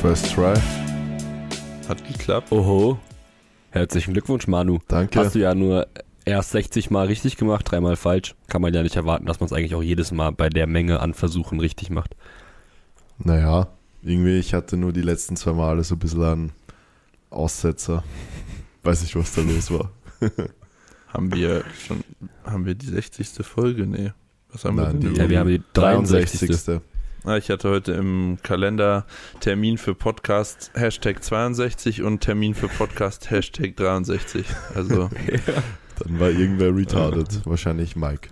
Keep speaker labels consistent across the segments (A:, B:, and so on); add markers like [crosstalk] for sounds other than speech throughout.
A: First Try.
B: Hat geklappt.
C: Oho. Herzlichen Glückwunsch, Manu.
A: Danke.
C: Hast du ja nur erst 60 Mal richtig gemacht, dreimal falsch. Kann man ja nicht erwarten, dass man es eigentlich auch jedes Mal bei der Menge an Versuchen richtig macht.
A: Naja, irgendwie, ich hatte nur die letzten zwei Male so ein bisschen an Aussetzer. Weiß nicht, was da los
C: [laughs]
A: war.
B: Haben wir schon, haben wir die 60. Folge? Nee. Was haben
A: Nein,
B: wir
A: die-
B: denn?
C: Ja, wir haben die 63.
B: Ah, ich hatte heute im Kalender Termin für Podcast Hashtag 62 und Termin für Podcast Hashtag 63. Also
A: Dann war irgendwer
C: [laughs]
A: retarded. Wahrscheinlich Mike.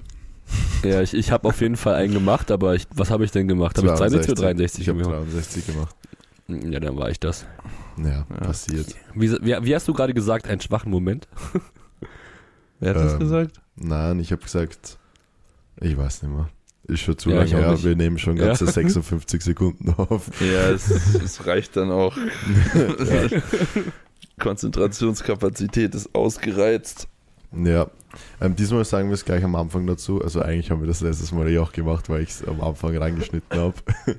C: Ja, ich, ich habe auf jeden Fall einen gemacht, aber ich, was habe ich denn gemacht? Habe ich 62 oder 63
A: Ich habe
C: gemacht? Hm,
A: 63 gemacht.
C: Ja, dann war ich das.
A: Naja,
B: Ja.
A: passiert.
C: Wie, wie, wie hast du gerade gesagt, einen schwachen Moment?
B: wer hat das
A: Ähm,
B: gesagt?
A: Nein, ich habe gesagt, ich weiß nicht mehr. Ist schon zu
C: Ja,
A: lange
C: ich auch
A: her.
C: nicht.
A: Wir nehmen schon ganze
C: Ja. [laughs]
A: 56 Sekunden auf.
B: Ja, es, es reicht dann [laughs] auch. Konzentrationskapazität ist ausgereizt.
A: Ja, ähm, diesmal sagen wir es gleich am Anfang dazu. Also eigentlich haben wir das letztes Mal eh auch gemacht, weil ich es am Anfang reingeschnitten habe. [laughs]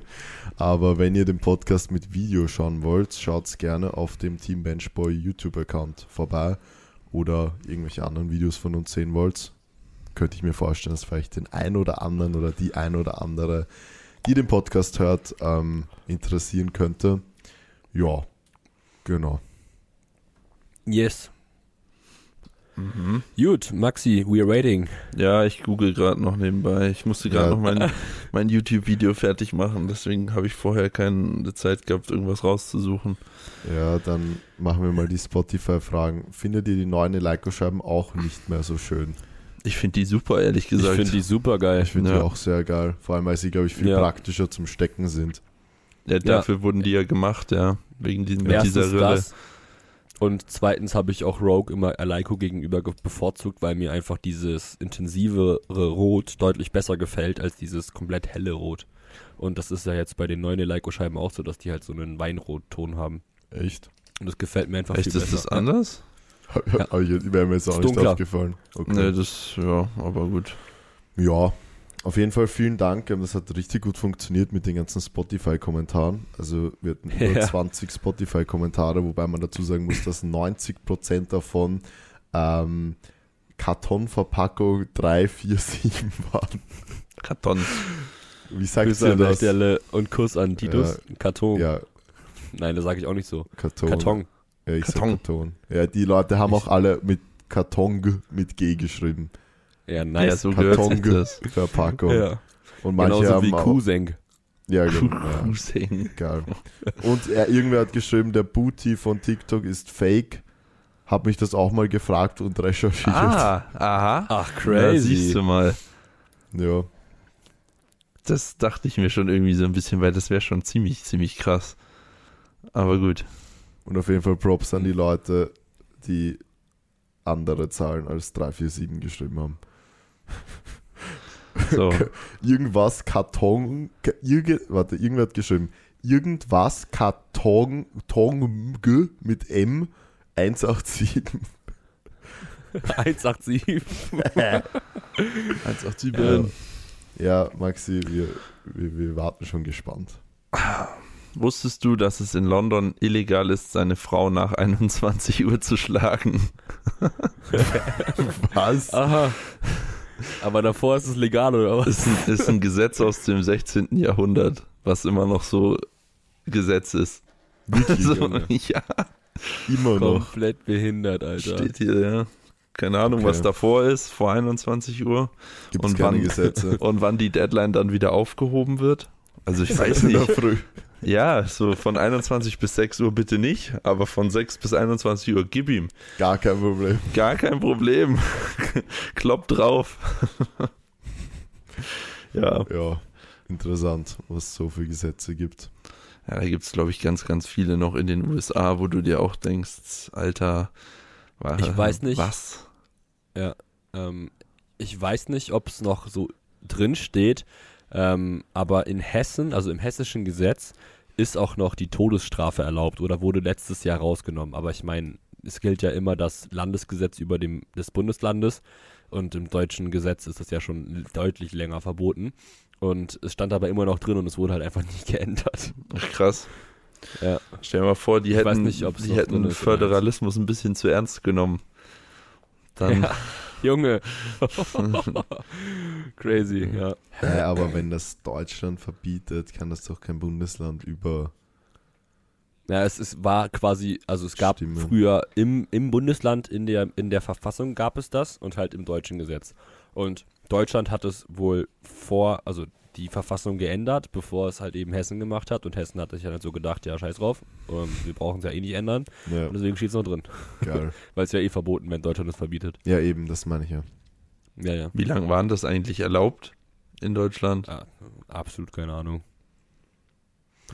A: Aber wenn ihr den Podcast mit Video schauen wollt, schaut gerne auf dem Team Benchboy YouTube-Account vorbei oder irgendwelche anderen Videos von uns sehen wollt. Könnte ich mir vorstellen, dass vielleicht den einen oder anderen oder die ein oder andere, die den Podcast hört, ähm, interessieren könnte. Ja, genau.
C: Yes. Mhm. Gut, Maxi, we're waiting.
B: Ja, ich google gerade noch nebenbei. Ich musste
A: Ja.
B: gerade noch mein, mein YouTube-Video fertig machen. Deswegen habe ich vorher keine Zeit gehabt, irgendwas rauszusuchen.
A: Ja, dann machen wir mal die Spotify-Fragen. Findet ihr die neuen Eleiko-Scheiben auch nicht mehr so schön?
B: Ich finde die super, ehrlich
C: Ich
B: gesagt.
C: finde die super geil.
A: Ich finde
B: Ja.
A: die auch sehr geil. Vor allem, weil sie, glaube ich, viel
C: Ja.
A: praktischer zum Stecken sind.
B: ja, dafür wurden die ja gemacht, ja. Wegen diesen, mit dieser
C: Erstens
B: Rille.
C: das. Und zweitens habe ich auch Rogue immer Alaiko gegenüber ge- bevorzugt, weil mir einfach dieses intensivere Rot deutlich besser gefällt als dieses komplett helle Rot. Und das ist ja jetzt bei den neuen Alaiko-Scheiben auch so, dass die halt so einen Weinrotton haben.
A: Echt? [laughs]
C: Und das gefällt mir einfach
B: Echt,
C: viel
B: ist das
C: besser.
B: anders?
A: Aber ich, wäre mir jetzt auch
C: Ist
A: nicht
C: dunkler.
A: aufgefallen.
B: Ne,
A: Okay.
B: das, ja, aber gut.
A: Ja, auf jeden Fall vielen Dank. Ähm, Das hat richtig gut funktioniert mit den ganzen Spotify-Kommentaren. Also wir hatten über
C: Ja.
A: 20 Spotify-Kommentare, wobei man dazu sagen muss, dass 90% davon ähm, Kartonverpackung 347 waren.
B: Karton.
A: Wie sagt
C: Kuss
A: ihr
C: an der
A: das?
C: Stelle und Kuss an Titus. Karton.
A: Ja,
C: Nein, das sage ich auch nicht so.
A: Karton.
C: Karton.
A: Ja, ich Karton.
B: Karton.
A: Sag Karton. Ja, die Leute haben
C: Ich-
A: auch alle mit Karton mit G geschrieben.
C: Ja,
B: Ja,
C: nice.
B: so gehört sich
A: Karton.
B: das.
A: Verpackung.
C: Ja.
A: Und manche
C: Genauso
A: haben
C: wie
A: auch-
C: Kusenk.
A: Ja, genau.
B: [laughs]
A: Ja,
B: Cousin.
A: geil. Und äh, irgendwer hat geschrieben, der Booty von TikTok ist fake. Hab mich das auch mal gefragt und recherchiert.
B: Ah, aha.
C: Ach,
B: Ja,
C: crazy.
B: siehst
C: [laughs]
B: du mal.
A: Ja,
B: Das dachte ich mir schon irgendwie so ein bisschen, weil das wäre schon ziemlich, ziemlich krass. Aber gut.
A: und auf jeden Fall Props an die Leute, die andere Zahlen als 347 geschrieben haben.
B: So.
A: Irgendwas Karton, Ka- irgend, warte, irgendwer hat geschrieben, irgendwas Karton, Tong, G mit M 187.
C: 187.
B: 187.
A: Ja, Maxi, wir, wir, wir warten schon gespannt.
B: Wusstest du, dass es in London illegal ist, seine Frau nach 21 Uhr zu schlagen?
A: Was?
C: Aha. Aber davor ist es legal, oder was?
B: Ist ein, ist ein Gesetz aus dem 16. Jahrhundert, was immer noch so
A: [laughs]
B: Gesetz ist.
A: Wirklich,
B: Also,
A: Junge.
B: ja,
A: Immer noch.
C: Komplett behindert, Alter.
B: steht hier, ja. Keine Ahnung,
A: Okay.
B: was davor ist, vor 21 Uhr
A: Gibt es
B: und
A: keine
B: wann- [laughs]
A: Gesetze.
B: und wann die Deadline dann wieder aufgehoben wird. Also ich weiß
A: In der
B: nicht.
A: Früh.
B: Ja, so von 21 bis 6 Uhr bitte nicht, aber von 6 bis 21 Uhr gib ihm.
A: Gar kein Problem.
B: Gar kein Problem. [laughs] Klopp drauf. [laughs] ja.
A: Ja, interessant, was es so für Gesetze gibt.
B: ja, da gibt es, glaube ich, ganz, ganz viele noch in den USA, wo du dir auch denkst, Alter, wa-
C: Ich weiß nicht.
B: Was?
C: Ähm, ich weiß nicht, ob es noch so drin steht, ähm, aber in Hessen, also im hessischen Gesetz, ist auch noch die Todesstrafe erlaubt oder wurde letztes Jahr rausgenommen. Aber ich meine, es gilt ja immer das Landesgesetz über dem des Bundeslandes und im deutschen Gesetz ist das ja schon deutlich länger [laughs] verboten. Und es stand aber immer noch drin und es wurde halt einfach nicht geändert.
B: Ach, krass.
C: Ja.
B: Stell dir mal vor, die
C: Ich weiß
B: hätten,
C: nicht, ob's
B: die
C: noch drin
B: hätten
C: ist oder nicht.
B: Föderalismus ein bisschen zu ernst genommen. Dann,
C: Ja. Junge. [laughs] Crazy, ja.
A: Hä, aber wenn das Deutschland verbietet, kann das doch kein Bundesland über.
C: Ja, es ist, war quasi, also es gab
A: Stimme.
C: früher im, im Bundesland, in der, in der Verfassung gab es das und halt im deutschen Gesetz. Und Deutschland hat es wohl vor, also die Verfassung geändert, bevor es halt eben Hessen gemacht hat. Und Hessen hat sich dann halt so gedacht, ja, scheiß drauf, ähm, wir brauchen es ja eh nicht ändern.
A: Ja,
C: Und [laughs] deswegen steht es noch drin.
A: geil.
C: Weil es ja eh verboten, wenn Deutschland es verbietet.
A: Ja, eben, das meine ich ja.
C: Ja, ja.
B: wie lange waren das eigentlich erlaubt in Deutschland?
C: Ah, absolut keine Ahnung.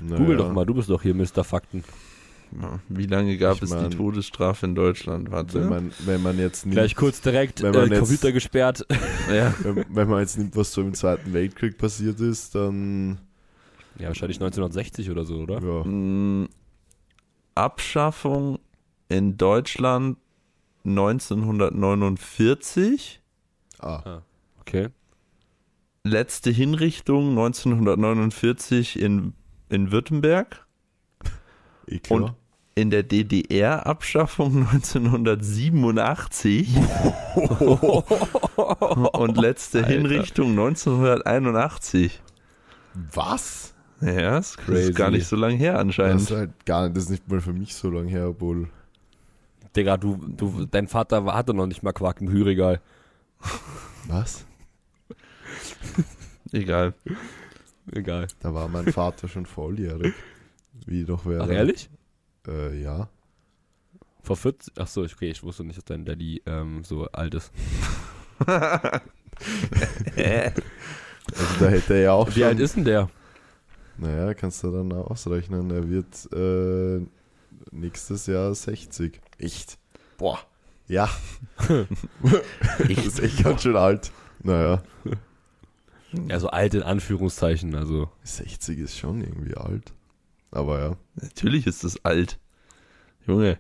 A: Naja,
C: Google doch mal, du bist doch hier Mr. Fakten.
B: Ja. Wie lange gab
A: Ich
B: es
A: mein-
B: die Todesstrafe in Deutschland?
A: Wenn
B: [laughs] Warte.
A: man, wenn man jetzt nimmt,
C: Gleich kurz direkt, äh,
A: Wenn man jetzt-
C: Computer gesperrt.
B: Ja.
A: wenn, wenn man jetzt nimmt, was so im Zweiten Weltkrieg passiert ist, dann
C: Ja, wahrscheinlich 1960 oder so, oder?
A: ja,
B: Mm, Abschaffung in Deutschland 1949.
A: ah,
C: Okay.
B: Letzte Hinrichtung 1949 in, in Württemberg.
A: eh klar.
B: Und in der DDR [laughs] Abschaffung
C: [laughs]
B: 1987. Und letzte
C: Alter.
B: Hinrichtung 1981.
A: was?
B: Ja, ist,
C: Crazy.
B: ist gar nicht so lange her
A: Das ist
B: anscheinend.
A: halt gar nicht, das ist nicht mal für mich so lange her, obwohl.
C: Digga, du, du, dein Vater war- hatte noch nicht mal Quark im Hühregal.
A: Was?
B: Egal.
C: Egal.
A: Da war mein Vater schon volljährig. Wie doch wäre.
C: Ach, ehrlich?
A: Äh, ja.
C: Vor 40? Ach so, okay, ich wusste nicht, dass dein Daddy ähm, so alt ist.
A: Also da hätte er ja auch
C: Wie
A: schon.
C: alt ist denn der?
A: Naja, kannst du dann ausrechnen. Er wird äh, nächstes Jahr 60. Echt? Boah.
C: [laughs]
A: Ja, [laughs] das ist echt ganz schön alt. Naja,
C: Also alt in Anführungszeichen, also.
A: 60 ist schon irgendwie alt. Aber ja.
B: Natürlich ist es alt. Junge,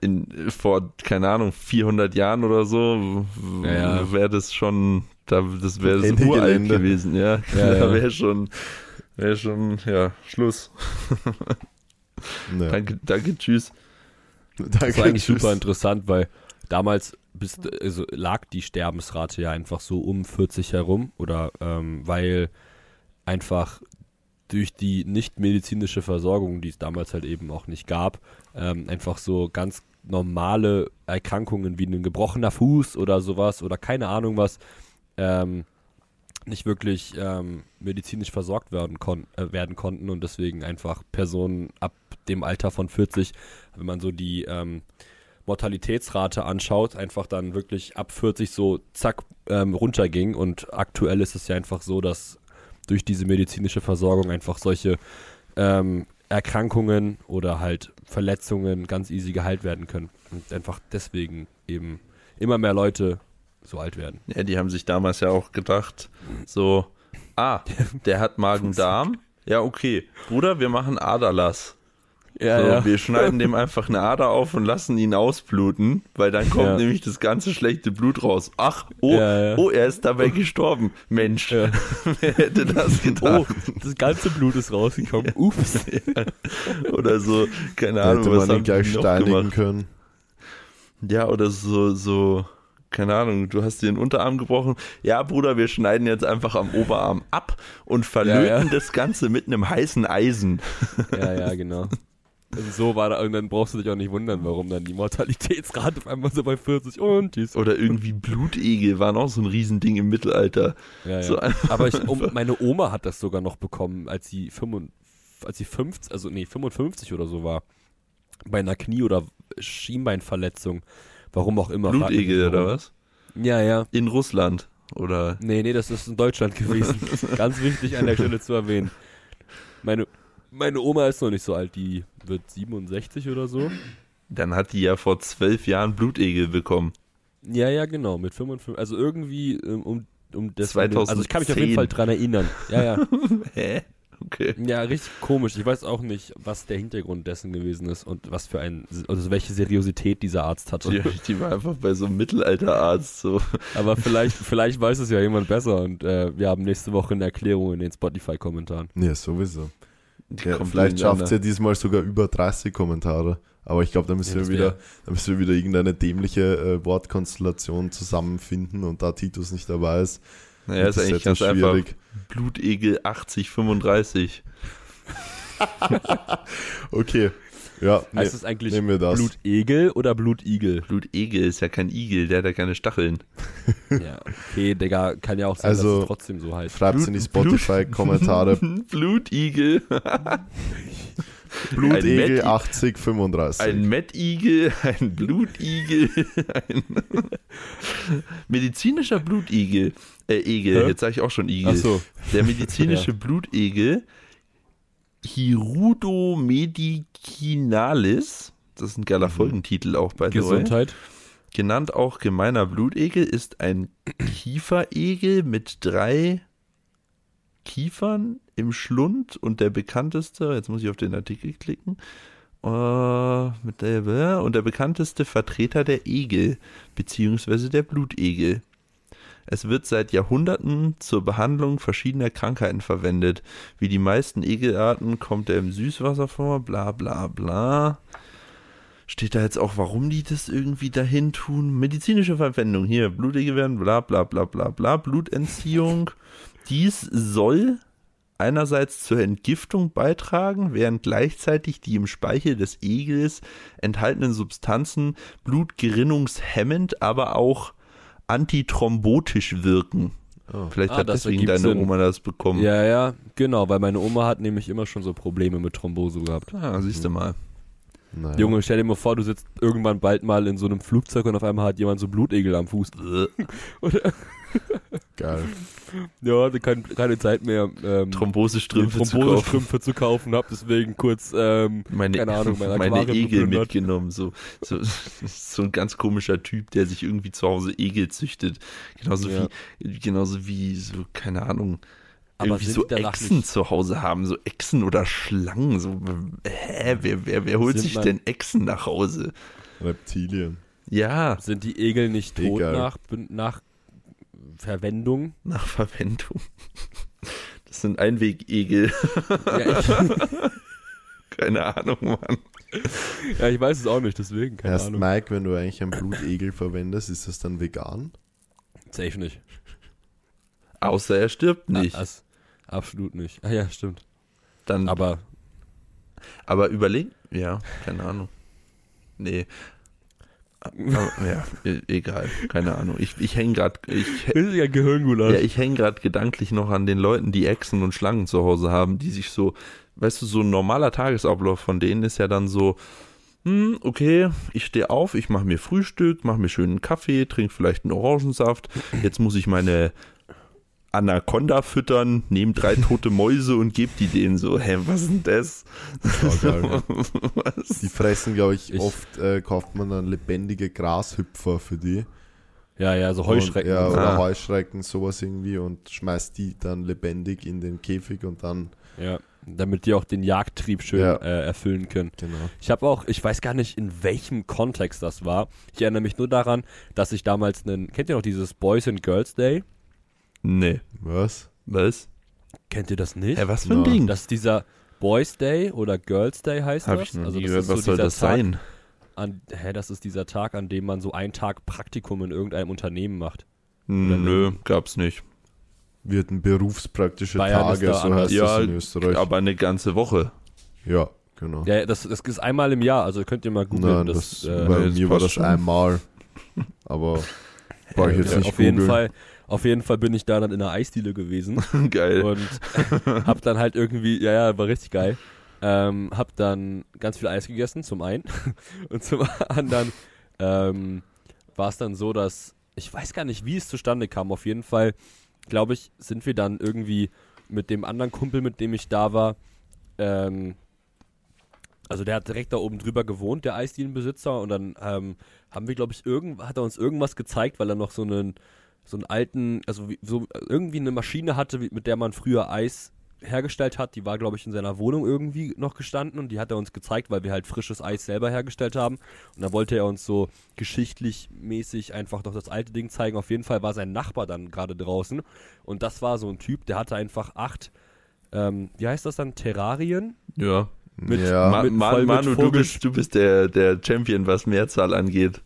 B: in, vor, keine Ahnung, 400 Jahren oder so w-
C: Ja.
B: wäre das schon, da, das wäre das
A: Ende
B: uralt
A: Gelände.
B: gewesen. Ja, [laughs]
C: Ja,
B: da
C: ja.
B: wäre schon, wäre schon, ja, Schluss.
A: Naja.
B: Danke, danke, tschüss.
A: [laughs] Danke,
C: Das war eigentlich
A: tschüss.
C: super interessant, weil damals bist, also lag die Sterbensrate ja einfach so um 40 herum oder ähm, weil einfach durch die nicht medizinische Versorgung, die es damals halt eben auch nicht gab, ähm, einfach so ganz normale Erkrankungen wie ein gebrochener Fuß oder sowas oder keine Ahnung was ähm, nicht wirklich ähm, medizinisch versorgt werden, kon äh, werden konnten und deswegen einfach Personen ab dem Alter von 40 wenn man so die ähm, Mortalitätsrate anschaut, einfach dann wirklich ab 40 so zack ähm, runterging. Und aktuell ist es ja einfach so, dass durch diese medizinische Versorgung einfach solche ähm, Erkrankungen oder halt Verletzungen ganz easy geheilt werden können. Und einfach deswegen eben immer mehr Leute so alt werden.
B: Ja, die haben sich damals ja auch gedacht, so, ah, der hat Magen-Darm. Ja, okay. Bruder, wir machen Aderlass.
C: Ja,
B: so, Wir schneiden dem einfach eine Ader auf und lassen ihn ausbluten, weil dann kommt
C: Ja.
B: nämlich das ganze schlechte Blut raus. Ach, oh,
C: Ja, ja.
B: oh, er ist dabei gestorben. Mensch,
C: [laughs] Ja.
B: wer [laughs] hätte
C: [laughs]
B: das
C: Oh,
B: gedacht?
C: das ganze Blut ist [laughs] rausgekommen. Ups. Oh.
B: Oder so, keine
A: Da
B: Ahnung,
A: hätte
B: was
A: man
B: haben
A: ihn gleich
B: die noch
A: steinigen
B: gemacht?
A: können.
B: Ja, oder so, so, keine Ahnung, du hast dir den Unterarm gebrochen. Ja, Bruder, wir schneiden jetzt einfach am Oberarm ab und verlöten
C: Ja, ja.
B: das Ganze mit einem heißen Eisen.
C: Ja, ja, genau. Also so war da, und dann brauchst du dich auch nicht wundern, warum dann die Mortalitätsrate auf einmal so bei 40 und tschüss.
B: Oder irgendwie Blutegel waren auch so ein Riesending im Mittelalter.
C: Ja, ja.
B: So ein-
C: [laughs] Aber ich, um, meine Oma hat das sogar noch bekommen, als sie, 55, als sie 50, also nee, 55 oder so war. Bei einer Knie- oder Schienbeinverletzung. Warum auch immer. frag mich nicht,
B: Blutegel oder
C: warum.
B: was?
C: Ja, ja.
B: In Russland. Oder
C: Nee, nee, das ist in Deutschland
B: [laughs]
C: gewesen. Ganz wichtig an der Stelle zu erwähnen. Meine, meine Oma ist noch nicht so alt, die wird 67 oder so.
B: Dann hat die ja vor zwölf Jahren Blutegel bekommen.
C: Ja, ja, genau, mit 55, also irgendwie ähm, um, um das.
B: 2010.
C: Also ich kann mich auf jeden Fall dran erinnern. Ja, ja.
B: Hä? Okay.
C: ja, richtig komisch. Ich weiß auch nicht, was der Hintergrund dessen gewesen ist und was für ein, also welche Seriosität dieser Arzt hatte.
B: Die, die war einfach bei so einem Mittelalterarzt. So.
C: Aber vielleicht, vielleicht weiß es ja jemand besser und äh, wir haben nächste Woche eine Erklärung in den Spotify-Kommentaren.
A: Ja, sowieso.
B: Die
A: Ja,
B: kommt
A: vielleicht
B: durcheinander.
A: schafft es ja diesmal sogar über 30 Kommentare. Aber ich glaube, da müssen
C: Ja,
A: wir
C: das
A: wieder,
C: wär-
A: da müssen wir wieder irgendeine dämliche äh, Wortkonstellation zusammenfinden und da Titus nicht dabei ist,
B: Naja, ist
A: das
B: eigentlich
A: jetzt
B: ganz einfach. Blutegel 8035.
A: Okay. Ja, ne,
C: Heißt es eigentlich
A: nehmen wir das.
C: Blutegel oder Blutigel?
B: Blutegel ist ja kein Igel, der hat ja keine Stacheln.
C: ja, okay, Digga, kann ja auch sein,
A: Also-
C: dass es trotzdem so heißt.
A: Schreibt in die
B: [laughs]
C: [laughs]
A: Spotify-Kommentare.
B: Blutigel.
A: Blutegel
B: Ein, Met
A: 8035.
B: ein Mettigel, ein Blutigel, [laughs] ein medizinischer Blutigel. Äh, Egel,
C: Hä?
B: jetzt sage ich auch schon Igel.
C: Ach so.
B: Der medizinische Blutegel Hirudomedicinalis, das ist ein geiler Folgentitel auch bei
C: Gesundheit.
B: Genannt auch gemeiner Blutegel ist ein Kieferegel mit drei Kiefern im Schlund und der bekannteste, jetzt muss ich auf den Artikel klicken, äh, mit der, und der bekannteste Vertreter der Egel beziehungsweise der Blutegel. Es wird seit Jahrhunderten zur Behandlung verschiedener Krankheiten verwendet. Wie die meisten Egelarten kommt er im Süßwasser vor, bla bla bla. Steht da jetzt auch, warum die das irgendwie dahin tun? Medizinische Verwendung hier, Blutegel werden, bla bla bla bla bla, Blutentziehung. Dies soll einerseits zur Entgiftung beitragen, während gleichzeitig die im Speichel des Egels enthaltenen Substanzen blutgerinnungshemmend, aber auch antithrombotisch wirken.
A: Oh.
B: Vielleicht
C: Ah,
B: hat
C: das
B: deswegen
C: ergibt
B: deine
C: Sinn.
B: Oma das bekommen.
C: Hm. Ja, ja, genau, weil meine Oma hat nämlich immer schon so Probleme mit Thrombose gehabt.
B: Ah, siehst du mal.
A: Naja.
C: Junge, stell dir mal vor, du sitzt irgendwann bald mal in so einem Flugzeug und auf einmal hat jemand so Blutegel am Fuß.
A: Geil.
C: Ja, hatte kein, keine Zeit mehr, ähm,
B: Thrombosestrümpfe zu kaufen.
C: Thrombosestrümpfe zu kaufen, hab deswegen kurz, ähm,
B: Meine,
C: keine Ahnung, mein
B: meine
C: Aquarium
B: Egel
C: geplündert.
B: mitgenommen. So, so, [laughs] so ein ganz komischer Typ, der sich irgendwie zu Hause Egel züchtet. Genauso
C: Ja.
B: wie, genauso wie, so, keine Ahnung,
C: Aber
B: irgendwie
C: sind
B: so
C: danach
B: Echsen
C: nicht-
B: zu Hause haben, so Echsen oder Schlangen. So, hä, wer, wer, wer holt
C: Sind
B: sich
C: man-
B: denn Echsen nach Hause?
A: Reptilien.
B: Ja,
C: sind die Egel nicht tot
A: Egal.
C: nach, nach Verwendung?
B: nach Verwendung. Das sind Einweg-Egel.
C: [laughs]
B: [laughs]
C: Ja, ich,
B: Keine Ahnung, Mann.
C: ja, ich weiß es auch nicht, deswegen, keine
A: Erst
C: Ahnung.
A: Mike, wenn du eigentlich einen Blutegel verwendest, ist das dann vegan?
C: Safe nicht.
B: Außer er stirbt nicht.
C: Ah, as- absolut nicht. Ah ja, stimmt.
B: Dann
C: Aber
B: Aber überleg. Ja, keine Ahnung. Nee. Aber, ja, e- egal. Keine Ahnung. Ich, ich hänge gerade ich, hä-
C: das ist ja Gehirngulasch.
B: ja, ich häng grad gedanklich noch an den Leuten, die Echsen und Schlangen zu Hause haben, die sich so, weißt du, so ein normaler Tagesablauf von denen ist ja dann so, hm, okay, ich stehe auf, ich mache mir Frühstück, mache mir schönen Kaffee, trinke vielleicht einen Orangensaft, jetzt muss ich meine Anaconda füttern, nehme drei tote Mäuse und gebe die denen so, hä, was ist denn das?
A: Oh, geil.
B: [laughs] was?
A: Die fressen, glaube ich,
C: Ich-
A: oft äh, kauft man dann lebendige Grashüpfer für die.
C: ja, ja, so Heuschrecken.
A: Und, ja, oder
B: Ah.
A: Heuschrecken, sowas irgendwie und schmeißt die dann lebendig in den Käfig und dann,
C: Ja, damit die auch den Jagdtrieb schön
A: Ja.
C: äh, erfüllen können.
A: genau.
C: Ich habe auch, ich weiß gar nicht, in welchem Kontext das war. Ich erinnere mich nur daran, dass ich damals einen, kennt ihr noch dieses Boys and Girls Day?
B: Nee.
A: Was?
B: Was?
C: Kennt ihr das nicht?
B: Hä, was für ein
A: Na,
B: Ding?
C: Das ist dieser Boys Day oder Girls Day heißt
B: Hab
C: das. Also
B: ich noch
A: Also
B: nie
C: das
B: gehört.
C: ist
B: Was soll
C: dieser
B: das
C: Tag,
B: sein?
C: An, hä, das ist dieser Tag, an dem man so einen Tag Praktikum in irgendeinem Unternehmen macht.
B: Nö, gab's nicht.
A: Wird ein berufspraktische
C: Bayern ist
A: Tage,
C: da
A: so
C: anders.
A: heißt
B: Ja,
A: das in Österreich.
B: Aber eine ganze Woche. [laughs]
A: ja, genau.
C: Ja, ja, das, das ist einmal im Jahr, also könnt ihr mal googeln.
A: Nein, das,
C: äh,
A: bei
B: nee, das
A: mir war
B: passt
A: das
B: schon.
A: einmal. Aber
C: [laughs]
A: brauche ich jetzt
C: ja,
A: nicht
C: auf, jeden
A: googeln.
C: Fall, auf jeden Fall bin ich da dann in einer Eisdiele gewesen.
B: Geil.
C: und [laughs] hab dann halt irgendwie, ja, ja, war richtig geil. Ähm, hab dann ganz viel Eis gegessen, zum einen. [laughs] Und zum anderen ähm, war es dann so, dass ich weiß gar nicht, wie es zustande kam. Auf jeden Fall, glaube ich, sind wir dann irgendwie mit dem anderen Kumpel, mit dem ich da war, ähm, also der hat direkt da oben drüber gewohnt, der Eisdielenbesitzer, und dann ähm, haben wir, glaube ich, irgend, hat er uns irgendwas gezeigt, weil er noch so einen, so einen alten, also wie, so irgendwie eine Maschine hatte, wie- mit der man früher Eis hergestellt hat. Die war, glaube ich, in seiner Wohnung irgendwie noch gestanden und die hat er uns gezeigt, weil wir halt frisches Eis selber hergestellt haben. Und dann wollte er uns so geschichtlich mäßig einfach noch das alte Ding zeigen. Auf jeden Fall war sein Nachbar dann gerade draußen und das war so ein Typ, der hatte einfach acht ähm, wie heißt das dann, Terrarien?
B: Ja.
C: Mit,
A: Ja.
B: Ma
C: mit,
B: Ma
C: voll mit
B: Manu, du
C: Vogel-
B: bist, du bist der, der Champion, was Mehrzahl angeht.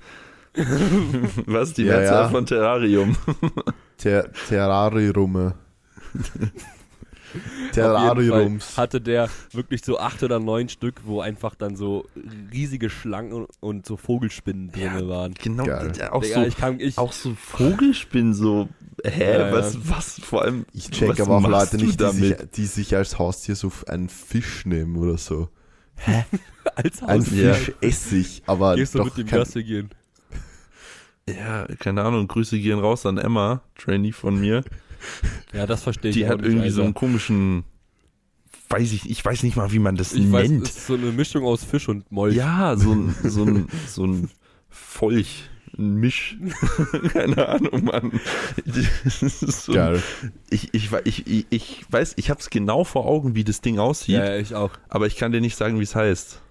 B: was die
A: Ja,
B: Mehrzahl
A: ja.
B: von Terrarium.
A: Ter
C: [laughs]
A: Terrarirumme. Terrariums.
C: hatte der wirklich so acht oder neun Stück, wo einfach dann so riesige Schlangen und so Vogelspinnen drin waren.
B: Genau,
A: Geil.
B: ja, auch,
C: Digga,
B: so,
C: ich kann, ich,
B: auch so Vogelspinnen, so, hä,
C: Ja, ja.
B: was, was, vor allem,
A: Ich check
B: was
A: aber auch
B: machst
A: Leute
B: du
A: nicht, die sich,
B: damit?
A: die sich als Haustier so f- einen Fisch nehmen oder so.
C: als
A: Ein
C: Haus
B: Ja.
A: Fisch esse ich, aber
C: gehst du
A: doch
C: mit dem
A: kein,
C: Gasse gehen.
B: Ja, keine Ahnung, Grüße gehen raus an Emma, Trainee von mir.
C: Ja, das verstehe ich
B: Die
C: auch
B: hat
C: nicht,
B: irgendwie so einen
C: Alter.
B: komischen, weiß ich, ich weiß nicht mal, wie man das
C: ich weiß,
B: nennt.
C: es ist so eine Mischung aus Fisch und Molch.
B: Ja, so ein, so ein, so ein Folch, ein Misch. [laughs] Keine Ahnung, Mann. Das ist so ein-
A: Geil.
B: Ich, ich, wei- ich, ich, ich weiß, ich hab's genau vor Augen, wie das Ding aussieht,
C: ja, ja, ich auch.
B: aber ich kann dir nicht sagen, wie es heißt.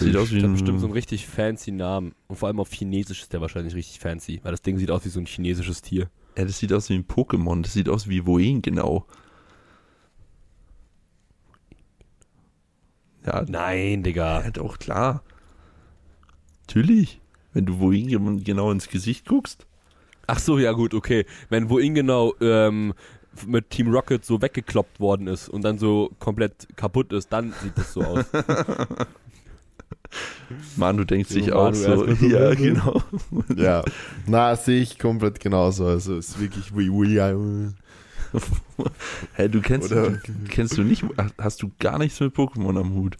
B: Sieht aus wie
C: Ich hat
B: ein,
C: bestimmt so einen richtig fancy Namen. Und vor allem auf Chinesisch ist der wahrscheinlich richtig fancy, weil das Ding sieht aus wie so ein chinesisches Tier.
B: ja, das sieht aus wie ein Pokémon, das sieht aus wie Wohin genau. Ja,
C: Nein, Digga.
B: Ja, doch, Halt klar. Natürlich. Wenn du wohin ge- genau ins Gesicht guckst.
C: Ach so, ja gut, okay. Wenn wohin genau ähm, f- mit Team Rocket so weggekloppt worden ist und dann so komplett kaputt ist, dann sieht das so [laughs] aus.
B: Manu denkt
C: Ja,
B: sich
C: Manu
B: auch so.
C: erstmal
B: [laughs]
C: so,
B: Ja,
C: ne?
B: genau.
A: Ja. Na, sehe ich komplett genauso. Also ist wirklich wie wie- äh,
B: Hä, du kennst,
A: Oder-
B: du kennst du nicht, hast du gar nichts mit Pokémon am Hut?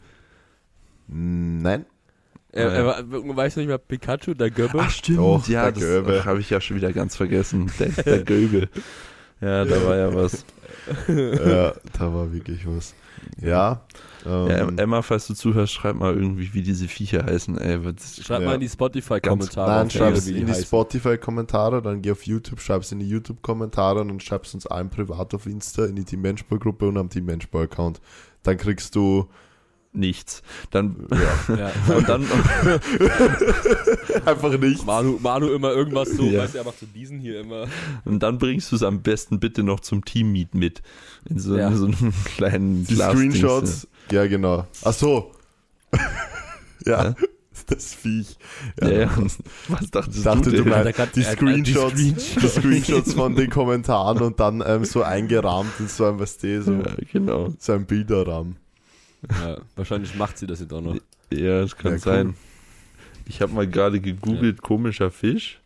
A: Hm, Nein.
C: er, er, war- weißt du nicht mehr, Pikachu, der Göbbe?
B: stimmt.
A: Doch,
B: ja,
A: der Göbel.
B: das habe ich ja schon wieder ganz vergessen. Der, der Göbel. Ja, da war ja
A: [laughs]
B: was.
A: Ja, da war wirklich was. Ja. Ähm,
B: Ja, äh, Emma, falls du zuhörst, schreib mal irgendwie, wie diese viecher heißen. Ey, was,
C: Schreib
A: Ja.
C: mal in die Spotify-Kommentare,
A: Nein,
C: auf
A: schreib
C: Erde,
A: es
C: wie
A: in
C: die
A: die
C: heißen.
A: Spotify-Kommentare, dann geh auf YouTube, schreib es in die YouTube-Kommentare und dann schreib es uns allen privat auf Insta, in die Team Menschball-Gruppe und am Team Menschball-Account. Dann kriegst du
B: nichts.
A: [laughs]
B: Dann,
C: ja.
B: und dann,
A: einfach nichts.
C: Manu, Manu immer irgendwas [laughs] so,
B: Ja.
C: weißt du, er macht so diesen hier immer.
B: Und dann bringst du es am besten bitte noch zum Team-Meet mit. In so,
C: Ja.
B: so einem kleinen
A: Die
B: Glas-
A: Screenshots. Ja, genau. Ach so. [laughs] ja,
B: Hä?
A: das Viech.
B: Ja, ja. [laughs] Was dachtest
A: Ich dachte,
B: du,
A: du
B: denn?
C: Hat er grad-
A: meinst die
C: er hat- er hat
A: Screenshots,
C: die
A: die
C: Screenshots.
A: Screenshots von den Kommentaren und dann ähm, so eingerahmt in so einem, was die, so,
B: Ja, genau.
A: so ein Bilderrahmen. [laughs]
C: Ja, wahrscheinlich macht sie das jetzt auch noch.
B: Ja, das kann
A: Ja, cool.
B: sein. Ich habe mal gerade gegoogelt, komischer Fisch.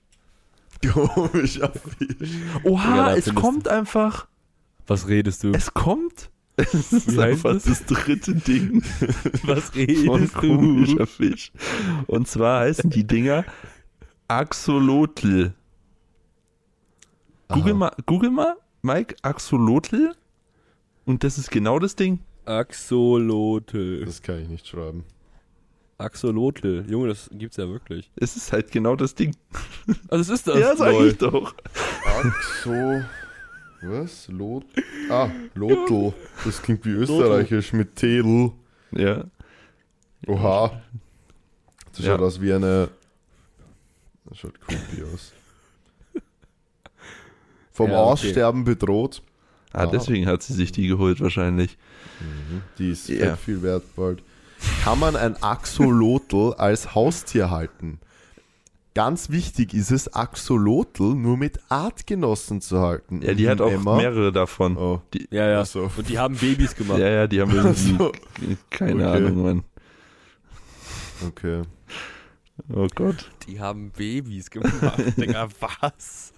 A: Komischer Fisch.
B: Oha,
C: Ja, da
B: es
C: findest
B: kommt einfach.
C: [laughs] Was redest [laughs] du?
B: Es kommt. [laughs] Es ist
C: Wie heißt
B: einfach
C: es?
B: das? dritte [laughs] Ding
C: Was
B: von
C: redest
B: komischer Fisch. Und zwar heißen die Dinger Axolotl. Google
A: Aha.
B: mal, Google mal, Mike, Axolotl. Und das ist genau das Ding.
C: Axolotl.
A: Das kann ich nicht schreiben.
C: Axolotl. Junge, das gibt's ja wirklich.
B: Es ist halt genau das Ding.
C: Also es ist das.
B: ja, sag
C: Lol.
B: ich doch.
A: Axo. Was? Lot. Ah, Lotl. Das klingt wie österreichisch mit Tedel.
B: Ja.
A: Oha. Das
B: Ja.
A: schaut aus wie eine. Das schaut creepy aus. Vom
C: Ja, okay.
A: Aussterben bedroht.
B: Ah,
A: Ah.
B: deswegen hat sie sich die geholt wahrscheinlich.
A: Die ist
B: Ja.
A: fett viel wert bald. Kann man ein Axolotl [laughs] als Haustier halten? Ganz wichtig ist es, Axolotl nur mit Artgenossen zu halten.
B: Ja, die hat auch
A: Emma-
B: mehrere davon. [laughs]
A: Oh.
B: Die,
C: Ja, ja.
A: Ach so.
C: Und die haben Babys gemacht.
B: ja, ja,
A: [laughs]
B: die haben irgendwie,
A: So.
B: keine
A: Okay.
B: Ahnung, Mann.
A: Okay.
B: Oh Gott.
C: Die haben Babys gemacht. Digga, was?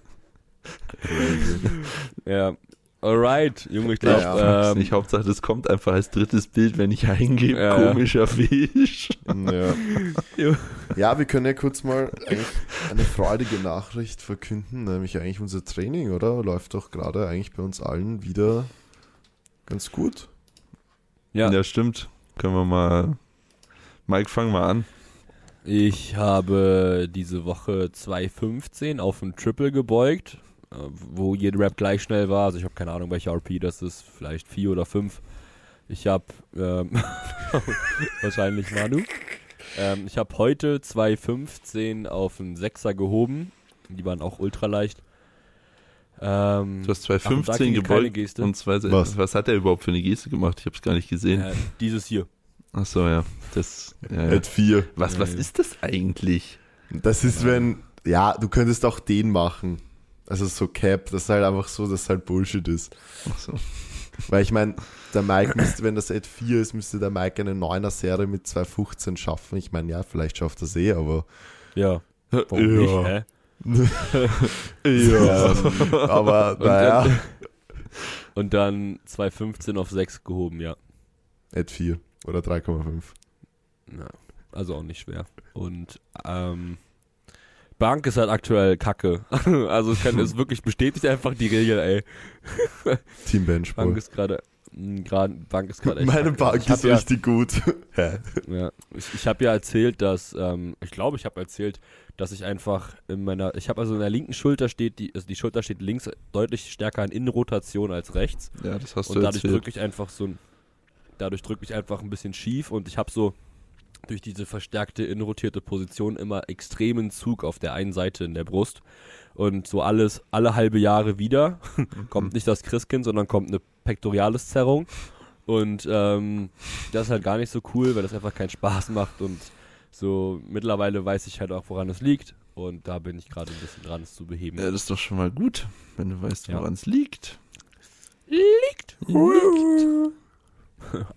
C: ja. Alright, Junge, ich
A: Ja,
C: glaube,
A: ja.
B: Ist
C: ähm,
B: nicht Hauptsache, das kommt einfach als drittes Bild, wenn ich eingebe,
C: Ja, ja.
B: komischer Fisch.
A: Ja.
C: Ja.
A: ja, wir können ja kurz mal eigentlich eine freudige Nachricht verkünden, nämlich eigentlich unser Training, oder? Läuft doch gerade eigentlich bei uns allen wieder ganz gut.
C: Ja.
B: stimmt. Können wir mal. Mike, fang mal an.
C: ich habe diese Woche 2.15 auf ein Triple gebeugt, äh, wo jeder Rap gleich schnell war. Also ich habe keine Ahnung, welche RP das ist, vielleicht 4 oder 5. Ich habe ähm, [laughs] wahrscheinlich Manu. Ähm, ich habe heute 2.15 auf einen Sechser gehoben. Die waren auch ultra leicht. Ähm,
B: Du hast 2015
C: Ach, und da keine
B: gewollt
C: Geste.
B: und zwei,
A: Was?
B: was? was hat er überhaupt für eine Geste gemacht? Ich habe es gar nicht gesehen.
C: äh, dieses hier.
B: Ach so, ja. Das, ja, ja.
A: At 4.
B: Was, was ist das eigentlich?
A: Das ist, wenn, ja, du könntest auch den machen. Also so Cap, das ist halt einfach so, dass es halt Bullshit ist.
B: Ach so.
A: Weil ich meine, der Mike müsste, wenn das Ad 4 ist, müsste der Mike eine 9er Serie mit 2,15 schaffen. Ich meine, ja, vielleicht schafft er es eh, aber.
C: Ja. Warum nicht, hä?
A: Ja. [laughs] aber naja.
C: Und dann 2,15 auf 6 gehoben, ja.
A: Ad 4 oder 3,5.
C: Na, also auch nicht schwer. Und ähm, Bank ist halt aktuell Kacke. [laughs] also ich kann es wirklich bestätigt einfach die Regel, ey.
A: Team Benchball.
C: Bank ist gerade mh, grad- Bank ist gerade echt
A: Meine
C: Kacke.
A: Bank
C: ich hab
A: ist
C: ja,
A: richtig
C: [laughs]
A: gut. Hä?
C: ja, ich, ich habe ja erzählt, dass ähm, ich glaube, ich habe erzählt, dass ich einfach in meiner ich habe also in der linken Schulter steht die also die Schulter steht links deutlich stärker in Innenrotation als rechts.
B: Ja, das hast
C: Und
B: du
C: dadurch
B: erzählt.
C: drücke ich einfach so ein, dadurch drücke ich einfach ein bisschen schief und ich habe so durch diese verstärkte innenrotierte Position immer extremen Zug auf der einen Seite in der Brust und so alles alle halbe Jahre wieder [laughs]
B: Mhm.
C: kommt nicht das Christkind, sondern kommt eine pectoralis Zerrung und ähm, das ist halt gar nicht so cool, weil das einfach keinen Spaß macht und so mittlerweile weiß ich halt auch, woran es liegt und da bin ich gerade ein bisschen dran, es zu beheben.
B: Ja, das ist doch schon mal gut, wenn du weißt,
C: Ja.
B: woran es liegt.
C: Liegt.
B: Liegt.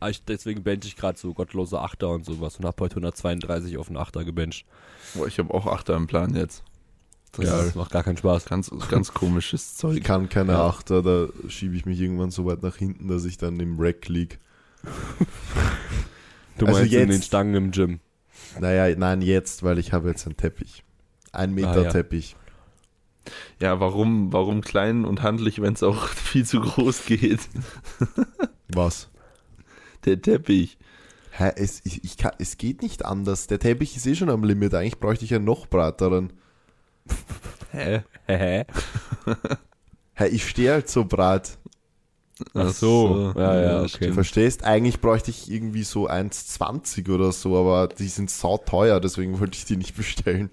C: Ah, ich, deswegen bench ich gerade so gottlose Achter und sowas und hab heute 132 auf den Achter gebencht.
B: Boah, ich habe auch Achter im Plan jetzt. Das
C: Das
B: ist
C: macht gar keinen
B: [laughs]
C: Spaß.
B: ganz, ganz komisches
A: Ich
B: Zeug.
A: kann keine
C: Ja.
A: Achter, da schiebe ich mich irgendwann so weit nach hinten, dass ich dann im Rack lieg.
C: Du
A: Also
C: meinst in den
A: jetzt-
C: Stangen im Gym.
A: Naja, nein, jetzt, weil ich habe jetzt einen Teppich. Ein Meter
C: Ah, ja.
A: Teppich.
B: Ja, warum, warum klein und handlich, wenn es auch [laughs] viel zu groß geht?
A: Was?
B: Der Teppich.
A: Hä, es, ich, ich kann, es geht nicht anders. Der Teppich ist eh schon am Limit. Eigentlich bräuchte ich einen noch breiteren.
B: Hä?
C: Hä?
A: Hä, ich stehe halt so breit.
C: Ach so. Ja, ja,
B: das
C: okay.
B: stimmt.
A: Verstehst? Eigentlich bräuchte ich irgendwie so 1,20 oder so, aber die sind sauteuer, deswegen wollte ich die nicht bestellen.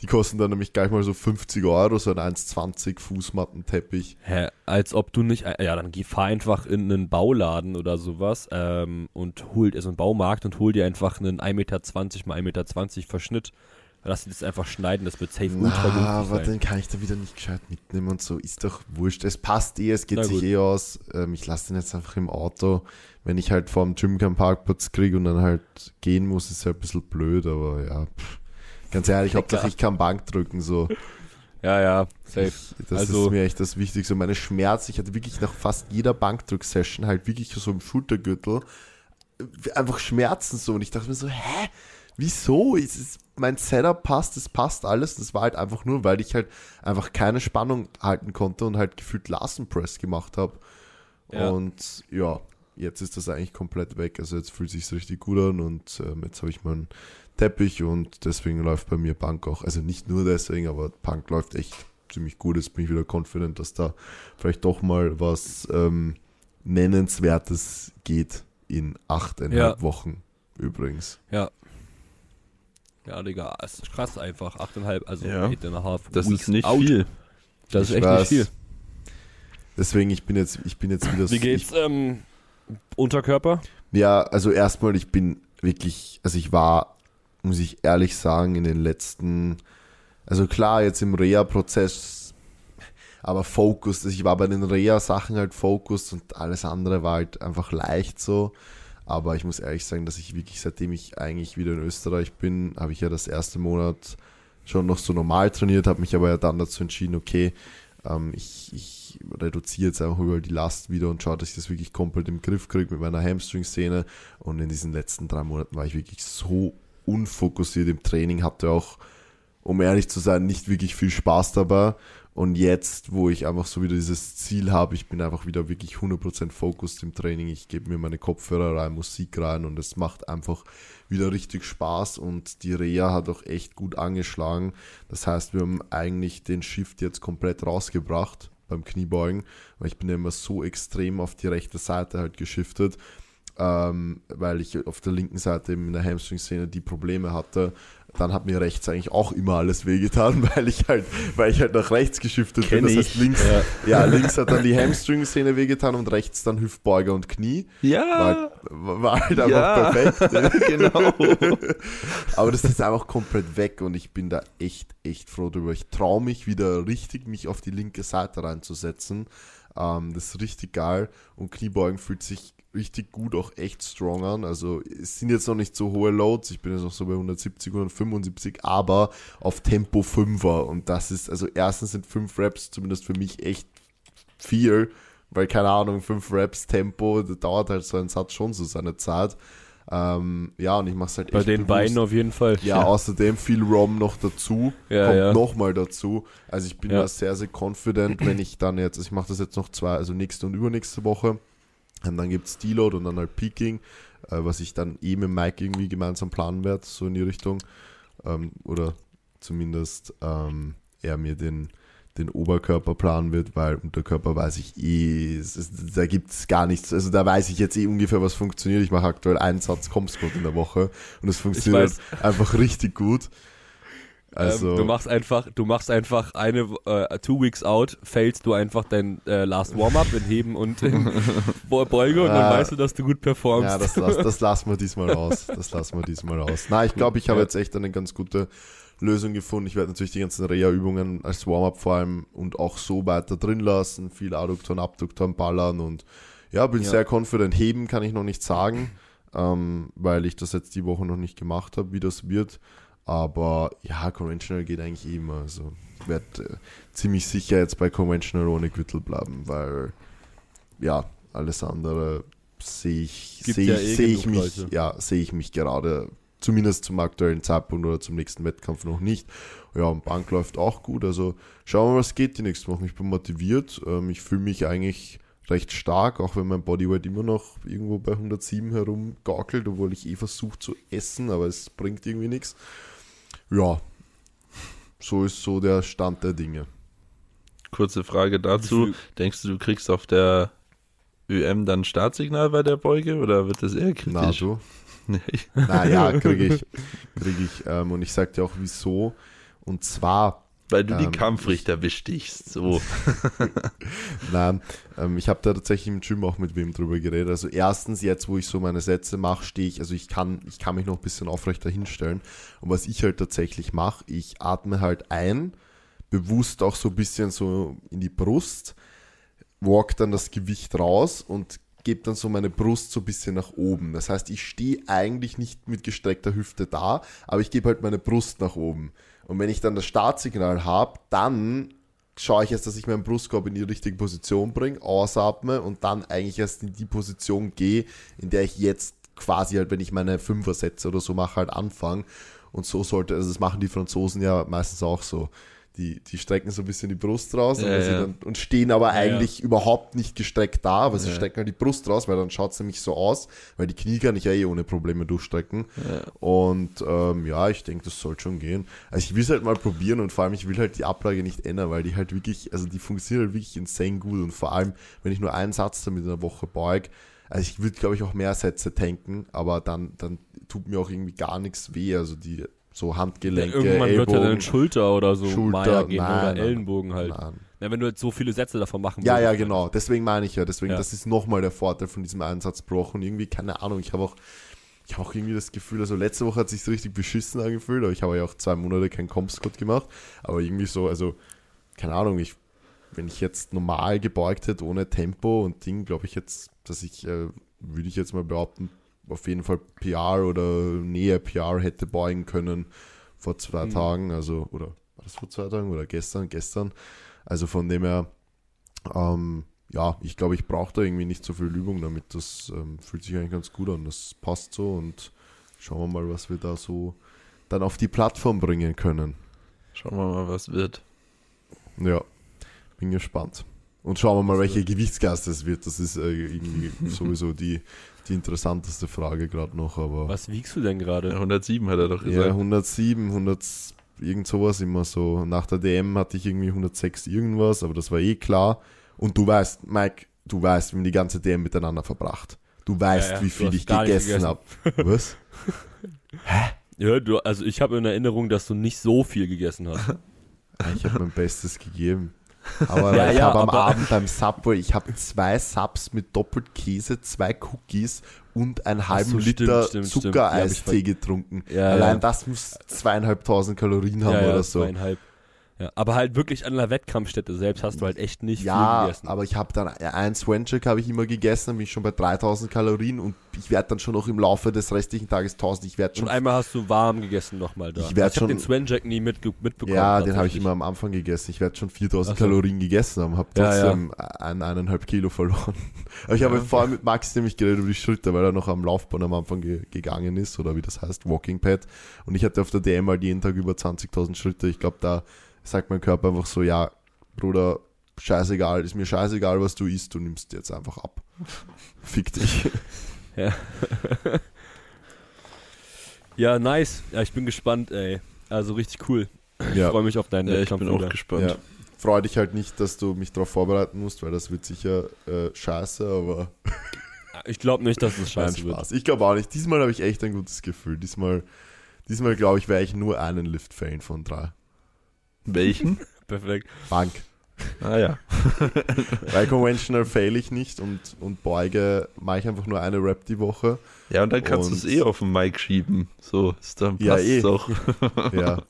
A: Die kosten dann nämlich gleich mal so 50 Euro, so ein 1,20 Fußmattenteppich.
C: Hä? Als ob du nicht. äh, Ja, dann geh, fahr einfach in einen Bauladen oder sowas ähm, und hol also einen Baumarkt und hol dir einfach einen 1,20 Meter mal 1,20 Meter Verschnitt. Lass dir das einfach schneiden, das wird safe ultra
A: Na, aber
C: günstig sein.
A: den kann ich da wieder nicht gescheit mitnehmen und so. Ist doch wurscht. Es passt eh, es geht
C: Na
A: sich
C: gut.
A: eh aus. Ähm, ich lasse den jetzt einfach im Auto. Wenn ich halt vorm Gym keinen Parkplatz kriege und dann halt gehen muss, ist halt ein bisschen blöd, aber ja. Pff. Ganz
C: [laughs]
A: ehrlich, Hauptsache ich kann Bank drücken, so.
C: Ja, ja, safe.
A: Das
C: Also-
A: ist mir echt das Wichtigste. Meine Schmerz, ich hatte wirklich nach fast jeder Bankdrücksession halt wirklich so im Schultergürtel äh, einfach Schmerzen so. Und ich dachte mir so, hä? Wieso? Es ist, mein Setup passt, es passt alles. Das war halt einfach nur, weil ich halt einfach keine Spannung halten konnte und halt gefühlt Larsen Press gemacht habe.
C: Ja.
A: Und ja, jetzt ist das eigentlich komplett weg. Also jetzt fühlt sich's richtig gut an und ähm, jetzt habe ich meinen Teppich und deswegen läuft bei mir Bank auch. Also nicht nur deswegen, aber Bank läuft echt ziemlich gut. Jetzt bin ich wieder confident, dass da vielleicht doch mal was ähm, Nennenswertes geht in achteinhalb
C: Ja.
A: Wochen übrigens.
C: Ja. Ja, Digga, es ist krass einfach. 8,5, also
B: Ja.
C: 8,5.
B: Das
C: Weeks
B: ist nicht
C: out.
B: viel.
C: Das ist
A: Ich
C: echt
A: weiß.
C: nicht viel.
A: Deswegen, ich bin jetzt, ich bin jetzt wieder
C: Wie geht's? Ähm, Unterkörper?
A: Ja, also erstmal, ich bin wirklich, also ich war, muss ich ehrlich sagen, in den letzten, also klar, jetzt im Reha-Prozess, aber focused, also ich war bei den Reha-Sachen halt focused und alles andere war halt einfach leicht so. Aber ich muss ehrlich sagen, dass ich wirklich, seitdem ich eigentlich wieder in Österreich bin, habe ich ja das erste Monat schon noch so normal trainiert, habe mich aber ja dann dazu entschieden, okay, ähm, ich, ich reduziere jetzt einfach überall die Last wieder und schaue, dass ich das wirklich komplett im Griff kriege mit meiner Hamstring-Szene. Und in diesen letzten drei Monaten war ich wirklich so unfokussiert im Training, hatte auch, um ehrlich zu sein, nicht wirklich viel Spaß dabei. Und jetzt, wo ich einfach so wieder dieses Ziel habe, ich bin einfach wieder wirklich 100% focused im Training. Ich gebe mir meine Kopfhörer rein, Musik rein und es macht einfach wieder richtig Spaß. Und die Reha hat auch echt gut angeschlagen. Das heißt, wir haben eigentlich den Shift jetzt komplett rausgebracht beim Kniebeugen, weil ich bin ja immer so extrem auf die rechte Seite halt geschiftet, ähm, weil ich auf der linken Seite eben in der Hamstring-Szene die Probleme hatte, dann hat mir rechts eigentlich auch immer alles wehgetan, [laughs] weil ich halt, weil ich halt nach rechts geschiftet bin.
B: Kenn
A: Das
B: ich.
A: heißt, links, ja, links hat dann die Hamstring-Szene wehgetan und rechts dann Hüftbeuger und Knie. War,
B: Ja,
A: war halt einfach
B: ja.
A: perfekt.
B: [laughs] genau.
A: Aber das ist einfach komplett weg und ich bin da echt, echt froh drüber. Ich traue mich wieder richtig, mich auf die linke Seite reinzusetzen. Ähm, das ist richtig geil und Kniebeugen fühlt sich richtig gut, auch echt strong an. Also es sind jetzt noch nicht so hohe Loads, ich bin jetzt noch so bei 170, 175, aber auf Tempo 5er und das ist, also erstens sind 5 Reps zumindest für mich echt viel, weil keine Ahnung, 5 Reps Tempo, das dauert halt so ein Satz schon so seine Zeit. Ähm, ja, und ich mach's halt
C: Bei
A: echt
C: den
A: bewusst.
C: Beinen auf jeden Fall. Ähm,
A: Ja, außerdem viel ROM noch dazu.
C: Ja,
A: kommt
C: ja.
A: nochmal dazu. Also ich bin
C: Ja.
A: da sehr, sehr confident, wenn ich dann jetzt, also ich mache das jetzt noch zwei, also nächste und übernächste Woche. Und dann gibt's Deload und dann halt Peaking, äh, was ich dann eh mit Mike irgendwie gemeinsam planen werde, so in die Richtung. Ähm, oder zumindest ähm, er mir den, den Oberkörper planen wird, weil Unterkörper weiß ich eh, es ist, da gibt's gar nichts. Also da weiß ich jetzt eh ungefähr, was funktioniert. Ich mache aktuell einen Satz Comsquat in der Woche und es funktioniert einfach richtig gut. Also,
C: Ähm, du machst einfach, du machst einfach eine äh, Two Weeks out, failst du einfach dein äh, Last Warm-up in Heben
A: [laughs]
C: und in Bo- Beuge und dann
A: Ja.
C: weißt du, dass du gut performst.
A: ja, das, las, das lassen wir diesmal raus. Das lassen wir diesmal raus. Na, ich glaube, ich habe
C: Ja.
A: jetzt echt eine ganz gute Lösung gefunden. Ich werde natürlich die ganzen Reha-Übungen als Warm-up vor allem und auch so weiter drin lassen. Viel Adduktoren, Abduktoren ballern und ja, bin
B: Ja.
A: sehr confident. Heben kann ich noch nicht sagen, ähm, weil ich das jetzt die Woche noch nicht gemacht habe, wie das wird. Aber ja, Conventional geht eigentlich eh immer. Also werde äh, ziemlich sicher jetzt bei Conventional ohne Gürtel bleiben, weil ja, alles andere sehe ich,
C: Gibt
A: sehe
C: ja
A: ich,
C: eh
A: sehe ich
C: genug
A: mich,
C: Leute.
A: ja, sehe ich mich gerade, zumindest zum aktuellen Zeitpunkt oder zum nächsten Wettkampf noch nicht. Ja, und Bank läuft auch gut. Also schauen wir mal, was geht die nächsten Wochen. Ich bin motiviert. Ähm, ich fühle mich eigentlich recht stark, auch wenn mein Bodyweight immer noch irgendwo bei 107 herumgaukelt, obwohl ich eh versuche zu essen, aber es bringt irgendwie nichts. Ja, so ist so der Stand der Dinge.
B: Kurze Frage dazu. Denkst du, du kriegst auf der ÖM dann Startsignal bei der Beuge oder wird das eher
A: Na,
B: kritisch?
A: du?
B: [laughs] Nee.
A: Naja, kriege ich. Krieg ich. Ähm, und ich sag dir auch wieso. Und zwar,
B: Weil du die
A: Ähm,
B: Kampfrichter bestichst. So.
A: nein, ähm, ich habe da tatsächlich im Gym auch mit wem drüber geredet. Also erstens, jetzt wo ich so meine Sätze mache, stehe ich, also ich kann, ich kann mich noch ein bisschen aufrechter hinstellen. Und was ich halt tatsächlich mache, ich atme halt ein, bewusst auch so ein bisschen so in die Brust, walk dann das Gewicht raus und gebe dann so meine Brust so ein bisschen nach oben. Das heißt, ich stehe eigentlich nicht mit gestreckter Hüfte da, aber ich gebe halt meine Brust nach oben. Und wenn ich dann das Startsignal habe, dann schaue ich erst, dass ich meinen Brustkorb in die richtige Position bringe, ausatme und dann eigentlich erst in die Position gehe, in der ich jetzt quasi halt, wenn ich meine Fünfer setze oder so mache, halt anfange. Und so sollte, also das machen die Franzosen ja meistens auch so. Die, die strecken so ein bisschen die Brust raus und,
B: Ja,
A: wenn sie
B: ja.
A: dann, und stehen aber
C: ja.
A: eigentlich überhaupt nicht gestreckt da, aber sie strecken halt die Brust raus, weil dann schaut es nämlich so aus, weil die Knie kann ich ja eh ohne Probleme durchstrecken. Und ähm, ja, ich denke, das soll schon gehen. Also ich will es halt mal probieren und vor allem, ich will halt die Ablage nicht ändern, weil die halt wirklich, also die funktioniert halt wirklich insane gut und vor allem, wenn ich nur einen Satz damit in der Woche beug, also ich würde, glaube ich, auch mehr Sätze tanken, aber dann, dann tut mir auch irgendwie gar nichts weh, also die so Handgelenke,
C: Äh, Irgendwann wird ja
A: Ellbogen,
C: dann Schulter oder so
A: Schulter,
C: Maya gehen
A: nein,
C: oder
A: nein,
C: Ellenbogen halt.
A: nein.
C: Na, wenn du jetzt so viele Sätze davon machen
A: Ja, ja,
C: würdest.
A: genau. Deswegen meine ich ja. Deswegen,
C: Ja.
A: das ist nochmal der Vorteil von diesem Einsatzbroch. Und irgendwie, keine Ahnung, ich habe auch, ich habe auch irgendwie das Gefühl, also letzte Woche hat sich richtig beschissen angefühlt, aber ich habe ja auch zwei Monate keinen Compscot gemacht. Aber irgendwie so, also, keine Ahnung, ich, wenn ich jetzt normal gebeugt hätte, ohne Tempo und Ding, glaube ich jetzt, dass ich, äh, würde ich jetzt mal behaupten, auf jeden Fall PR oder näher PR hätte beugen können vor zwei Tagen, also, oder war das vor zwei Tagen oder gestern, gestern. Also von dem her, ähm, ja, ich glaube, ich brauche da irgendwie nicht so viel Übung damit. Das ähm, fühlt sich eigentlich ganz gut an. Das passt so und schauen wir mal, was wir da so dann auf die Plattform bringen können.
B: Schauen wir mal, was wird.
A: Ja, bin gespannt. Und schauen wir mal, welche Gewichtsklasse es wird. Das ist äh, irgendwie
C: [laughs]
A: sowieso die, die interessanteste Frage gerade noch. Aber
C: Was halt? wiegst du denn
A: Äh,
C: gerade?
B: 107 hat er doch
A: ja,
B: gesagt.
A: 107, 100, irgend sowas immer so. Nach der DM hatte ich irgendwie 106 irgendwas, aber das war eh klar. Und du weißt, Mike, du weißt, wir haben die ganze DM miteinander verbracht. Du weißt,
C: Ja, ja,
A: wie
C: du
A: viel
C: hast
A: ich
C: gar nichts
A: gegessen habe. Was? Hä?
C: Ja, du, also ich habe in Erinnerung, dass du nicht so viel
A: [laughs]
C: gegessen hast.
A: Ich habe mein Bestes gegeben. Aber
C: Ja,
A: ich
C: ja,
A: habe am
C: aber-
A: Abend beim Subway, ich habe zwei Subs mit Doppelkäse, zwei Cookies und einen halben
C: so, stimmt,
A: Liter
C: stimmt, stimmt. Ja, hab
A: Zuckereistee
C: ich
A: getrunken.
C: Ja,
A: Allein
C: ja.
A: das muss zweieinhalbtausend Kalorien haben
C: ja, ja,
A: oder so.
C: zweieinhalb. Ja, aber halt wirklich an der Wettkampfstätte selbst hast du halt echt nicht viel
A: Ja,
C: gegessen.
A: aber ich habe dann ein Swancheck habe ich immer gegessen, dann bin ich schon bei 3000 Kalorien und ich werde dann schon noch im Laufe des restlichen Tages 1000. Ich werde
C: Und
A: schon,
C: einmal hast du warm gegessen nochmal da.
A: Ich werd
C: hab
A: schon-
C: den Swanjack nie mitge- mitbekommen.
A: ja, den habe ich
C: tatsächlich.
A: immer am Anfang gegessen. Ich werde schon 4000
C: Ach so.
A: Kalorien gegessen haben, habe
C: Ja, ja.
A: trotzdem Ein, eineinhalb Kilo verloren. [laughs] Aber ich habe vorher mit Max nämlich geredet über die Schritte, weil er noch am Laufband am Anfang ge gegangen ist oder wie das heißt, Walking Pad. Und ich hatte auf der DM halt jeden Tag über 20.000 Schritte. Ich glaube, da sagt mein Körper einfach so, ja, Bruder, scheißegal, ist mir scheißegal, was du isst, du nimmst jetzt einfach
C: [laughs]
A: ab. Fick dich.
C: Ja, nice. Ja, ich bin gespannt, ey. Also richtig cool. Ich
A: Ja.
C: freue mich auf deinen
B: Ja, ich
C: Wettkampf
B: bin auch
C: wieder.
B: gespannt.
A: Ja. Freu dich halt nicht, dass du mich darauf vorbereiten musst, weil das wird sicher äh, scheiße, aber
C: Ich glaube nicht, dass es
A: Nein,
C: scheiße wird.
A: Spaß. Ich glaube auch nicht. Diesmal habe ich echt ein gutes Gefühl. Diesmal, diesmal glaube ich, wäre ich nur einen Lift-Fan von drei.
B: Welchen?
C: Perfekt.
A: Bank.
B: ah ja.
A: Weil
C: [laughs]
A: conventional fail ich nicht und, und Beuge mache ich einfach nur eine Rap die Woche.
B: Ja, und dann kannst du es
A: Und-
B: eh auf den Mic schieben. So, ist dann
A: Ja,
B: passt
A: eh.
B: auch.
A: Ja.
C: [laughs]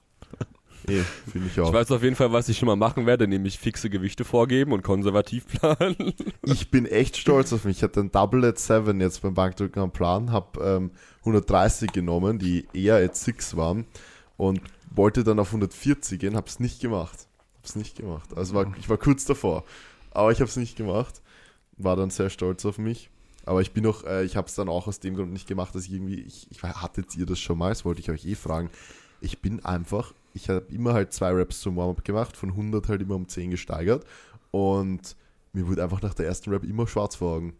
A: eh, finde ich auch.
C: Ich weiß auf jeden Fall, was ich schon mal machen werde, nämlich fixe Gewichte vorgeben und konservativ planen.
A: ich bin echt stolz auf mich. Ich hatte ein Double at 7 jetzt beim Bankdrücken am Plan, habe ähm, 130 genommen, die eher at 6 waren und wollte dann auf 140 gehen, habe es nicht gemacht. Habe es nicht gemacht. Also war, ich war kurz davor, aber ich habe es nicht gemacht. War dann sehr stolz auf mich. Aber ich bin auch, äh, ich habe es dann auch aus dem Grund nicht gemacht, dass ich irgendwie, ich, ich hattet ihr das schon mal, das wollte ich euch eh fragen. Ich bin einfach, ich habe immer halt zwei Raps zum Warm-Up gemacht, von 100 halt immer um 10 gesteigert und mir wurde einfach nach der ersten Rap immer schwarz vor Augen.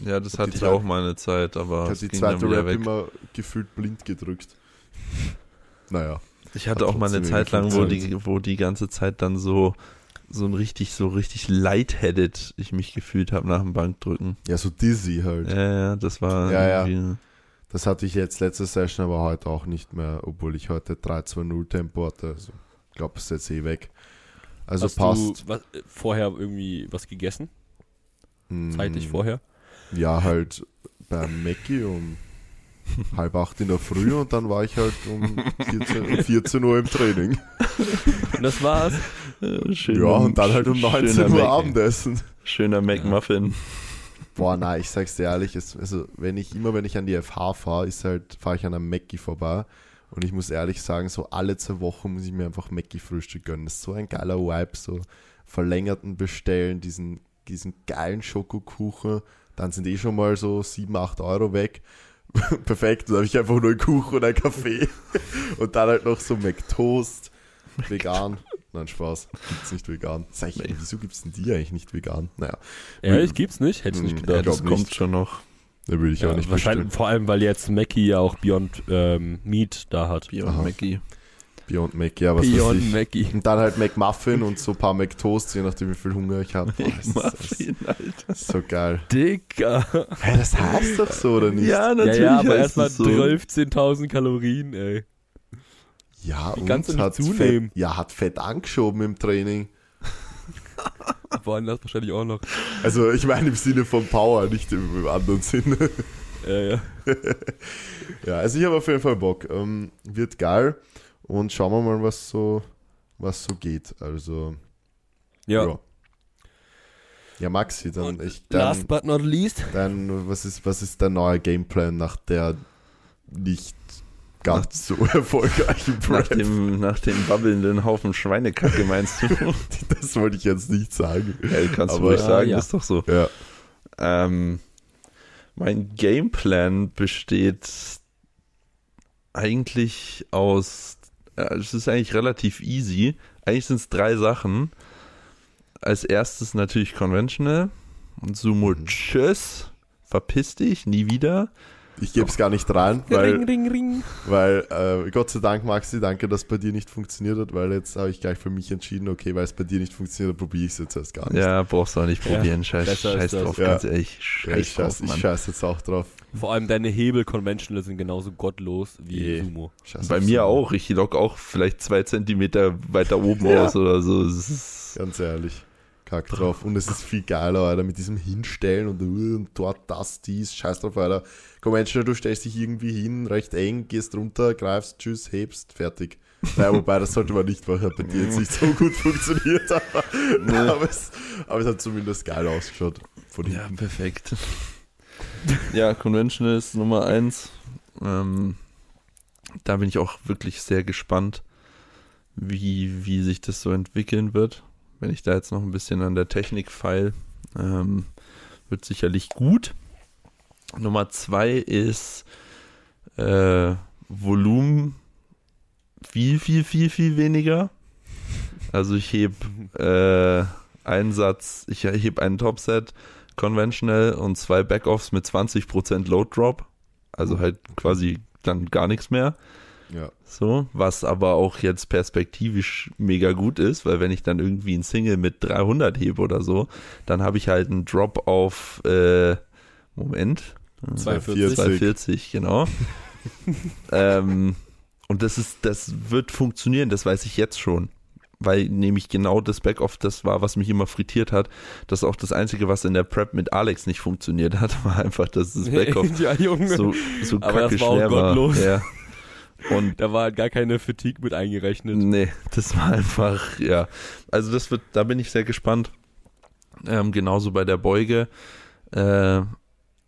B: Ja, das
A: Die
B: hatte ich
A: zweite-
B: auch mal eine Zeit, aber
A: ich
B: es
A: habe die
B: ging dann
A: zweite
B: wieder
A: Rap
B: weg.
A: immer gefühlt blind
B: [laughs]
A: gedrückt. Naja,
B: Ich hatte
A: Hat
B: auch mal eine
A: trotzdem
B: Zeit lang, wo
A: funktioniert.
B: die, wo die ganze Zeit dann so, so ein richtig, so richtig lightheaded ich mich gefühlt habe nach dem Bankdrücken.
A: ja, so dizzy halt.
B: Ja, ja, das war
A: Ja, ja.
B: irgendwie.
A: Das hatte ich jetzt letzte Session, aber heute auch nicht mehr, obwohl ich heute 3-2-0 Tempo hatte. Also, ich glaube, es ist jetzt eh weg. Also
C: Hast
A: passt.
C: du was, äh, vorher irgendwie was gegessen?
A: Hm,
C: Zeitlich vorher?
A: Ja, halt beim Mackie
B: [laughs]
A: um halb acht in der Früh und dann war ich halt
B: [laughs]
A: um 14, um 14 Uhr im Training.
C: Und das war's.
B: äh, schöner-
A: Ja, und dann halt um
B: schöner
A: 19
B: Mac-
A: Uhr Abendessen.
B: Schöner McMuffin.
A: Boah, nein, ich sag's dir ehrlich, es, also wenn ich immer, wenn ich an die FH fahre, ist halt, fahre ich an einem Mackie vorbei. Und ich muss ehrlich sagen, so alle zwei Wochen muss ich mir einfach Mackie-Frühstück gönnen. Das ist so ein geiler Vibe, so verlängerten bestellen, diesen, diesen geilen Schokokuchen. Dann sind eh schon mal so 7, 8 Euro weg. [laughs] Perfekt, dann habe ich einfach nur einen Kuchen und einen Kaffee. [laughs] und dann halt noch so McToast, vegan. Nein, Spaß, gibt's nicht vegan. Sag ich, wieso gibt's denn die eigentlich nicht vegan? Naja,
C: Ehrlich, gibt's nicht? Hätte ich nicht
A: Hm,
C: gedacht.
B: Ja, das
A: glaub
B: kommt
A: nicht.
B: schon noch.
A: da würde ich auch nicht
C: wahrscheinlich
A: bestimmen.
C: vor allem, weil jetzt Mackie ja auch Beyond ähm, Meat da hat.
B: Beyond
A: Aha.
B: Mackie.
A: Beyond Mac, ja, was weiß ich.
C: Mackie.
A: [laughs] Und dann halt McMuffin und so ein paar McToast, je nachdem wie viel Hunger ich [laughs] habe.
B: McMuffin, Alter.
A: So geil.
C: Dicker.
A: Hä, das heißt doch so, oder nicht?
B: Ja,
C: Ja,
B: natürlich.
C: ja, aber
B: heißt
C: erstmal
B: es so.
C: 12.000 Kalorien, ey.
A: Ja,
C: Wie
A: und
C: kannst du nicht
A: hat's
C: zunehmen?
A: Fett, ja, hat Fett angeschoben im Training.
C: Woanders wahrscheinlich auch noch.
A: Also ich meine im Sinne von Power, nicht im, im anderen Sinne. [laughs]
C: Ja, ja.
A: Ja, also ich habe auf jeden Fall Bock. Ähm, wird geil. Und schauen wir mal, was so, was so geht. Also,
C: ja.
A: ja. Ja, Maxi, dann ich dann,
C: last but not least.
A: Dann, was ist, was ist der neue Gameplan nach der nicht ganz so [laughs] erfolgreichen Prep?
B: Nach dem, nach dem babbelnden Haufen Schweinekacke meinst du?
A: [laughs] Das wollte ich jetzt nicht sagen.
B: ja, kannst
A: Aber-
B: du ruhig
C: Ah,
B: sagen,
C: ja.
B: ist doch so.
A: Ja,
B: Ähm, mein Gameplan besteht eigentlich aus. ja, Es ist eigentlich relativ easy. Eigentlich sind es drei Sachen. Als erstes
A: Mhm.
B: natürlich Conventional. Und Sumo, tschüss. Verpiss dich, nie wieder.
A: Ich gebe es gar nicht rein,
C: ring,
A: weil,
C: ring, ring.
A: weil äh, Gott sei Dank, Maxi, danke, dass bei dir nicht funktioniert hat, weil jetzt habe ich gleich für mich entschieden, okay, weil es bei dir nicht funktioniert hat, probiere ich es jetzt erst gar nicht.
B: Ja, brauchst du auch nicht probieren. Scheiß,
C: besser ist
B: scheiß
C: das.
B: drauf,
A: Ja.
B: ganz ehrlich. Scheiß
A: Ja, ich
B: drauf,
A: scheiße
B: Mann.
A: scheiß jetzt auch drauf.
C: Vor allem deine Hebel-Conventionals sind genauso gottlos wie
A: Je.
C: Sumo.
A: Scheiß
B: Bei
A: auf
B: mir
A: Sumo.
B: auch. Ich lock auch vielleicht zwei Zentimeter weiter oben
A: Ja.
B: aus oder so. Es ist,
A: Ganz ehrlich. Kack drauf. Und es ist viel geiler, Alter, mit diesem Hinstellen und, uh, und dort das, dies, scheiß drauf, Alter. Komm, entweder du stellst dich irgendwie hin, recht eng, gehst runter, greifst, tschüss, hebst, fertig. Naja, wobei, das sollte man nicht machen, hat bei dir jetzt nicht so gut funktioniert, aber, aber, es, aber es hat zumindest geil ausgeschaut. Von
B: ja,
A: hinten.
B: perfekt. [laughs] ja, Conventional ist Nummer eins. Ähm, da bin ich auch wirklich sehr gespannt, wie, wie sich das so entwickeln wird. Wenn ich da jetzt noch ein bisschen an der Technik feil, ähm, wird sicherlich gut. Nummer zwei ist äh, Volumen viel, viel, viel, viel weniger. Also ich heb äh, einen Satz, ich heb einen Topset conventional und zwei Backoffs mit 20% Load Drop. Also halt quasi dann gar nichts mehr.
A: Ja.
B: So, was aber auch jetzt perspektivisch mega gut ist, weil wenn ich dann irgendwie ein Single mit 300 hebe oder so, dann habe ich halt einen Drop auf, äh, Moment,
C: 42.
B: 240,
C: [laughs]
B: genau. ähm, und das ist, das wird funktionieren, das weiß ich jetzt schon. Weil nämlich genau das Backoff das war, was mich immer frittiert hat. Das ist auch das Einzige, was in der Prep mit Alex nicht funktioniert hat, [laughs] war einfach, dass das Backoff
C: [laughs] ja, Junge.
B: so, so
C: Aber das
B: kacke
C: war auch
B: schwer war.
C: gottlos.
B: Ja. Und
C: Da war halt gar keine Fatigue mit eingerechnet.
B: Nee, das war einfach, ja. Also das wird, da bin ich sehr gespannt. Ähm, genauso bei der Beuge äh,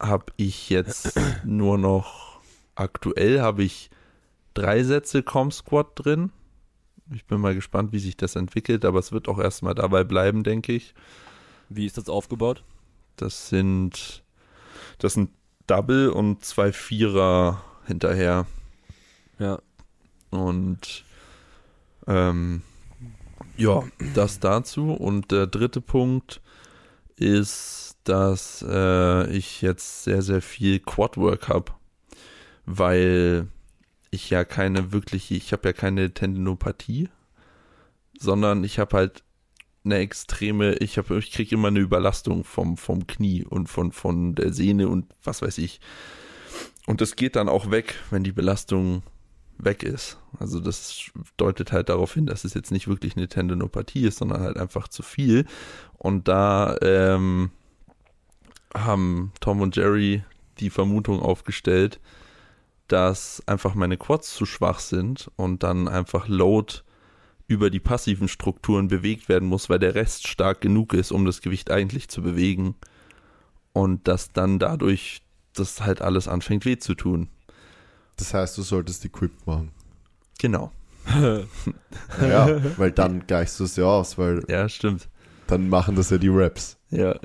B: habe ich jetzt nur noch, aktuell habe ich drei Sätze Com Squad drin. Ich bin mal gespannt, wie sich das entwickelt, aber es wird auch erstmal dabei bleiben, denke ich.
C: Wie ist das aufgebaut?
B: Das sind, das sind Double und zwei Vierer hinterher.
C: Ja.
B: Und ähm, ja, das dazu. Und der dritte Punkt ist, dass äh, ich jetzt sehr, sehr viel Quadwork habe, weil ich ja keine wirkliche, ich habe ja keine Tendinopathie, sondern ich habe halt eine extreme, ich habe, ich kriege immer eine Überlastung vom, vom Knie und von, von der Sehne und was weiß ich. Und das geht dann auch weg, wenn die Belastung weg ist. Also das deutet halt darauf hin, dass es jetzt nicht wirklich eine Tendinopathie ist, sondern halt einfach zu viel. Und da ähm, haben Tom und Jerry die Vermutung aufgestellt, dass einfach meine Quads zu schwach sind und dann einfach Load über die passiven Strukturen bewegt werden muss, weil der Rest stark genug ist, um das Gewicht eigentlich zu bewegen. Und dass dann dadurch das halt alles anfängt weh zu tun.
A: Das heißt, du solltest die Quip machen.
B: Genau.
A: Ja, weil dann gleichst du es ja aus, weil
B: Ja, stimmt.
A: dann machen das ja die Raps.
B: Ja.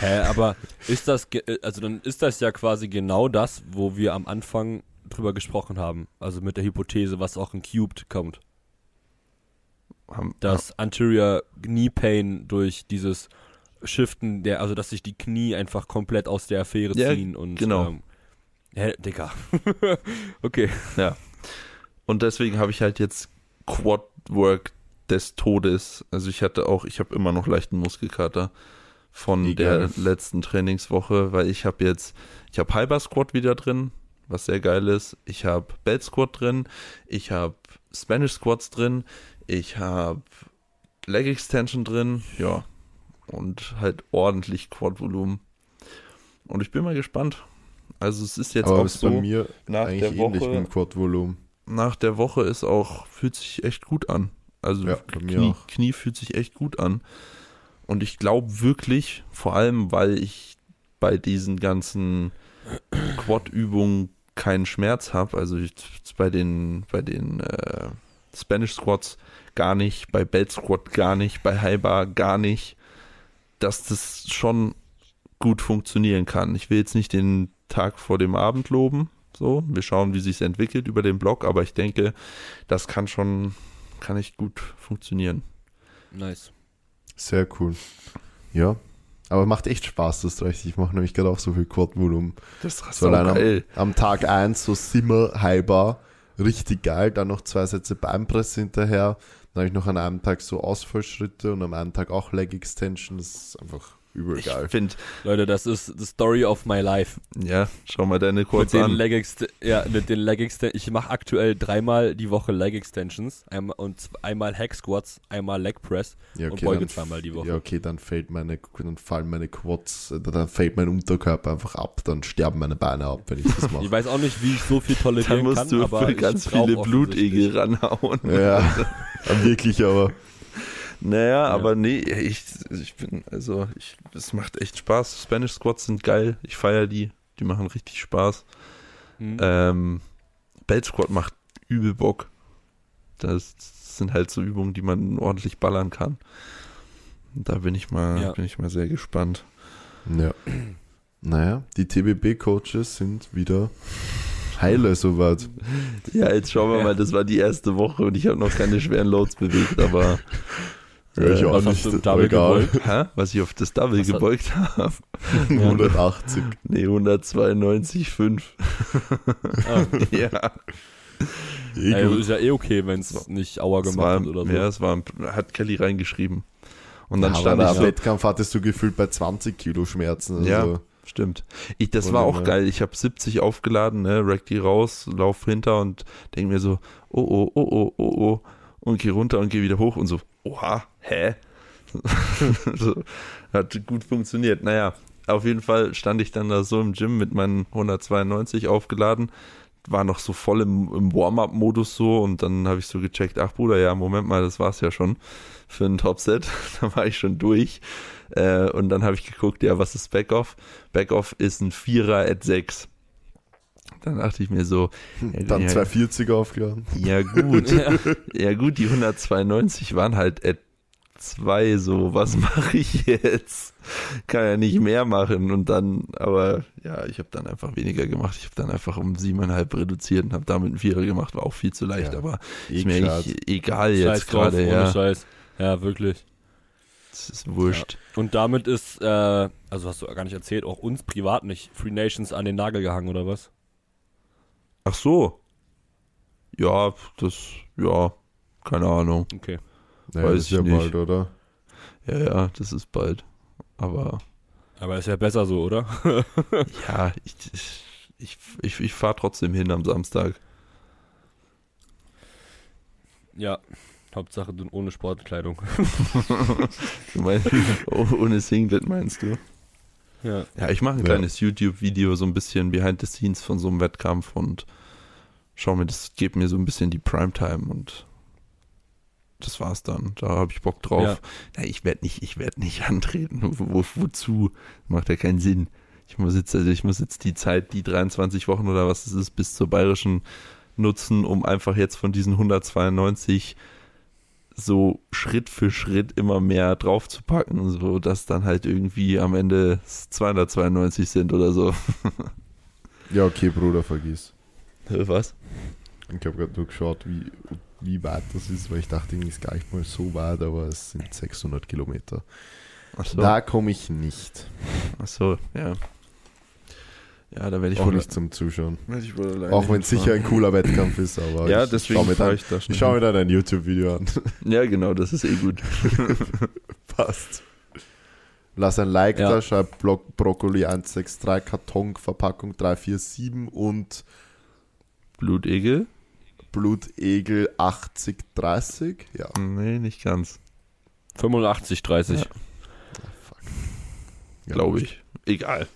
C: Hä, aber ist das, ge- äh, also dann ist das ja quasi genau das, wo wir am Anfang drüber gesprochen haben. Also mit der Hypothese, was auch in Cubed kommt.
B: Haben-
C: Dass Anterior Knee Pain durch dieses Shiften der, also dass sich die Knie einfach komplett aus der Affäre
B: Ja,
C: ziehen und.
B: genau.
C: Ähm, hä, Digga. [laughs] okay.
B: Und deswegen habe ich halt jetzt Quadwork des Todes. Also ich hatte auch, ich habe immer noch leichten Muskelkater von
A: Egal.
B: der letzten Trainingswoche, weil ich habe jetzt, ich habe Halber Squat wieder drin, was sehr geil ist. Ich habe Belt Squat drin, ich habe Spanish Squats drin, ich habe Leg Extension drin, ja. Und halt ordentlich Quadvolumen. Und ich bin mal gespannt. Also es ist jetzt
A: Aber
B: auch
A: ist
B: so
A: bei mir
B: nach der
A: eigentlich
B: Woche
A: ähnlich mit dem Quad-Volumen.
B: nach der Woche ist auch, fühlt sich echt gut an. Also
A: Ja, bei mir
B: Knie,
A: auch.
B: Knie fühlt sich echt gut an. Und ich glaube wirklich, vor allem, weil ich bei diesen ganzen Quad-Übungen keinen Schmerz habe. Also ich, bei den, bei den äh, Spanish Squats gar nicht, bei Belt Squat gar nicht, bei High Bar gar nicht, dass das schon gut funktionieren kann. Ich will jetzt nicht den Tag vor dem Abend loben. So, wir schauen, wie sich entwickelt über den Blog, aber ich denke, das kann schon, kann echt gut funktionieren.
C: Nice.
A: Sehr cool. Ja, Aber macht echt Spaß, das Recht. Ich mache nämlich gerade auch so viel Quad-Volumen.
B: Das ist
A: So
B: so
A: allein am,
B: geil.
A: am Tag 1 so simmerhalber, richtig geil. Dann noch zwei Sätze Beinpress hinterher. Dann habe ich noch an einem Tag so Ausfallschritte und am anderen Tag auch Leg Extension. Das ist einfach übel
B: Ich
A: geil.
B: finde,
C: Leute, das ist the story of my life.
B: ja, schau mal deine
C: Mit
B: kurz
C: den,
B: an.
C: Leg Ext- ja, mit den Leg Extensions. Ich mache aktuell dreimal die Woche Leg Extensions. Einmal, und z- einmal Hack Squats, einmal Leg Press.
A: Ja,
C: und beuge
A: dann-
C: zweimal die Woche.
A: Ja, okay, dann fällt meine, dann fallen meine Quads, äh, dann fällt mein Unterkörper einfach ab, dann sterben meine Beine ab, wenn ich
C: [laughs]
A: das mache.
C: Ich weiß auch nicht, wie ich so viel tolerieren
B: Dann musst
C: kann,
B: du
C: aber
B: für
C: ich
B: ganz
C: brauch
B: viele
C: offensichtlich-
B: Blutegel ranhauen.
A: [laughs] ja, wirklich, aber
B: Naja, aber nee, ich, ich bin, also, ich, es macht echt Spaß. Spanish Squats sind geil. Ich feiere die. Die machen richtig Spaß.
C: Hm.
B: Ähm, Bell Squat macht übel Bock. Das sind halt so Übungen, die man ordentlich ballern kann. Da bin ich mal,
C: Ja.
B: bin ich mal sehr gespannt.
A: Ja. Naja, die TBB-Coaches sind wieder heile soweit.
B: Ja, jetzt schauen wir
C: Ja.
B: mal, das war die erste Woche und ich habe noch keine schweren Loads bewegt, aber
A: Hör ich
B: Äh,
A: auch
C: was hast
A: nicht,
C: du im
A: aber
C: Double
A: egal. [laughs]
B: [laughs] hä? was ich auf das Double
C: Was hat-
B: gebeugt [laughs] habe.
A: 180.
B: Nee, 192,5.
C: Ah,
B: ja,
A: Eh
C: ey,
A: gut.
C: ist ja eh okay, wenn es nicht Auer
B: es
C: gemacht
B: war,
C: hat oder so.
B: ja, es war, hat Kelly reingeschrieben. Und dann
A: Ja,
B: stand
A: aber
B: ich
A: am
B: so,
A: Wettkampf hattest du gefühlt bei 20 Kilo Schmerzen. Also
B: Ja. Stimmt. Ich, das
A: Und
B: war
A: dann,
B: auch
A: ja.
B: geil. Ich habe 70 aufgeladen, ne, rack die raus, lauf hinter und denke mir so, oh, oh, oh, oh, oh, oh, und gehe runter und gehe wieder hoch und so, oha, hä? [laughs] so, hat gut funktioniert. Naja, auf jeden Fall stand ich dann da so im Gym mit meinen 192 aufgeladen, war noch so voll im, im Warm-Up-Modus so und dann habe ich so gecheckt, ach Bruder, ja, Moment mal, das war's ja schon für ein Topset. [laughs] da war ich schon durch. Äh, und dann habe ich geguckt, ja, was ist Backoff? Backoff ist ein Vierer at 6. Dann dachte ich mir so, ja,
A: Dann
B: ja,
A: 240 aufgeladen.
B: ja gut,
C: Ja.
B: ja gut, die 192 waren halt at 2 so, was mache ich jetzt? Kann ja nicht mehr machen und dann, aber ja, ich habe dann einfach weniger gemacht. Ich habe dann einfach um 7,5 reduziert und habe damit einen Vierer gemacht, war auch viel zu leicht,
A: Ja,
B: aber
A: Eh
B: ist mir
A: gescheit.
B: eigentlich egal
C: Scheiß
B: jetzt
C: drauf,
B: gerade,
C: ohne
B: ja.
C: Scheiß. Ja, wirklich.
B: Es ist wurscht.
C: Und damit ist, äh, also hast du gar nicht erzählt, auch uns privat nicht Free Nations an den Nagel gehangen oder was?
B: Ach so. Ja, das, ja, keine Ahnung.
C: Okay.
A: Naja,
B: weiß
A: das ist
B: ich
A: ja
B: nicht.
A: bald, oder?
B: Ja, ja, das ist bald. Aber
C: Aber ist ja besser so, oder?
B: ja, ich, ich, ich, ich, ich fahre trotzdem hin am Samstag.
C: Ja. Hauptsache du ohne Sportkleidung.
B: Du meinst, [laughs] oh, ohne Singlet meinst du?
C: Ja.
B: Ja, ich mache ein
A: Ja.
B: kleines YouTube-Video, so ein bisschen behind the scenes von so einem Wettkampf und schau mir, das gibt mir so ein bisschen die Primetime und das war's dann. Da habe ich Bock drauf. Na, ich werde nicht, ich werde nicht [laughs] antreten. Wo, wo, wozu? Macht ja keinen Sinn. Ich muss jetzt, also ich muss jetzt die Zeit, die 23 Wochen oder was es ist, bis zur bayerischen nutzen, um einfach jetzt von diesen 192 so Schritt für Schritt immer mehr draufzupacken, so dass dann halt irgendwie am Ende es 292 sind oder so.
A: Ja, okay, Bruder, vergiss.
B: Was?
A: Ich habe gerade nur geschaut, wie, wie weit das ist, weil ich dachte, irgendwie ist gar nicht mal so weit, aber es sind 600 Kilometer.
B: Ach so.
A: Da komme ich nicht.
B: Ach so, ja. Ja, da werde ich
A: auch nicht zum Zuschauen.
B: Werd ich wohl alleine
A: Auch wenn es sicher
B: hinfahren.
A: ein cooler Wettkampf ist, aber
B: Ja,
A: ich,
B: deswegen
A: schau mir
B: fahr
A: dann,
B: ich da schnell.
A: ich schau mir dann ein YouTube-Video an. [laughs]
B: Ja, genau, das ist eh gut.
A: Passt. Lass ein Like
C: Ja.
A: da, schreib Block Brokkoli 163, Karton, Verpackung 347 und
B: Blutegel?
A: Blutegel 8030. Ja,
B: Nee, nicht ganz,
C: 85, 30.
B: Ja.
A: ja
B: glaube ich. Egal.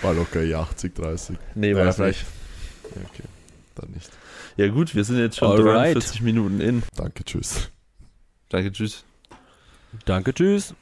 A: War locker eh 8030.
B: Nee,
A: Naja,
B: war's
A: vielleicht- Ja, okay, dann nicht.
B: Ja gut, wir sind jetzt schon
C: Alright.
B: 43 Minuten in.
A: Danke, tschüss.
B: Danke, tschüss.
C: Danke, tschüss.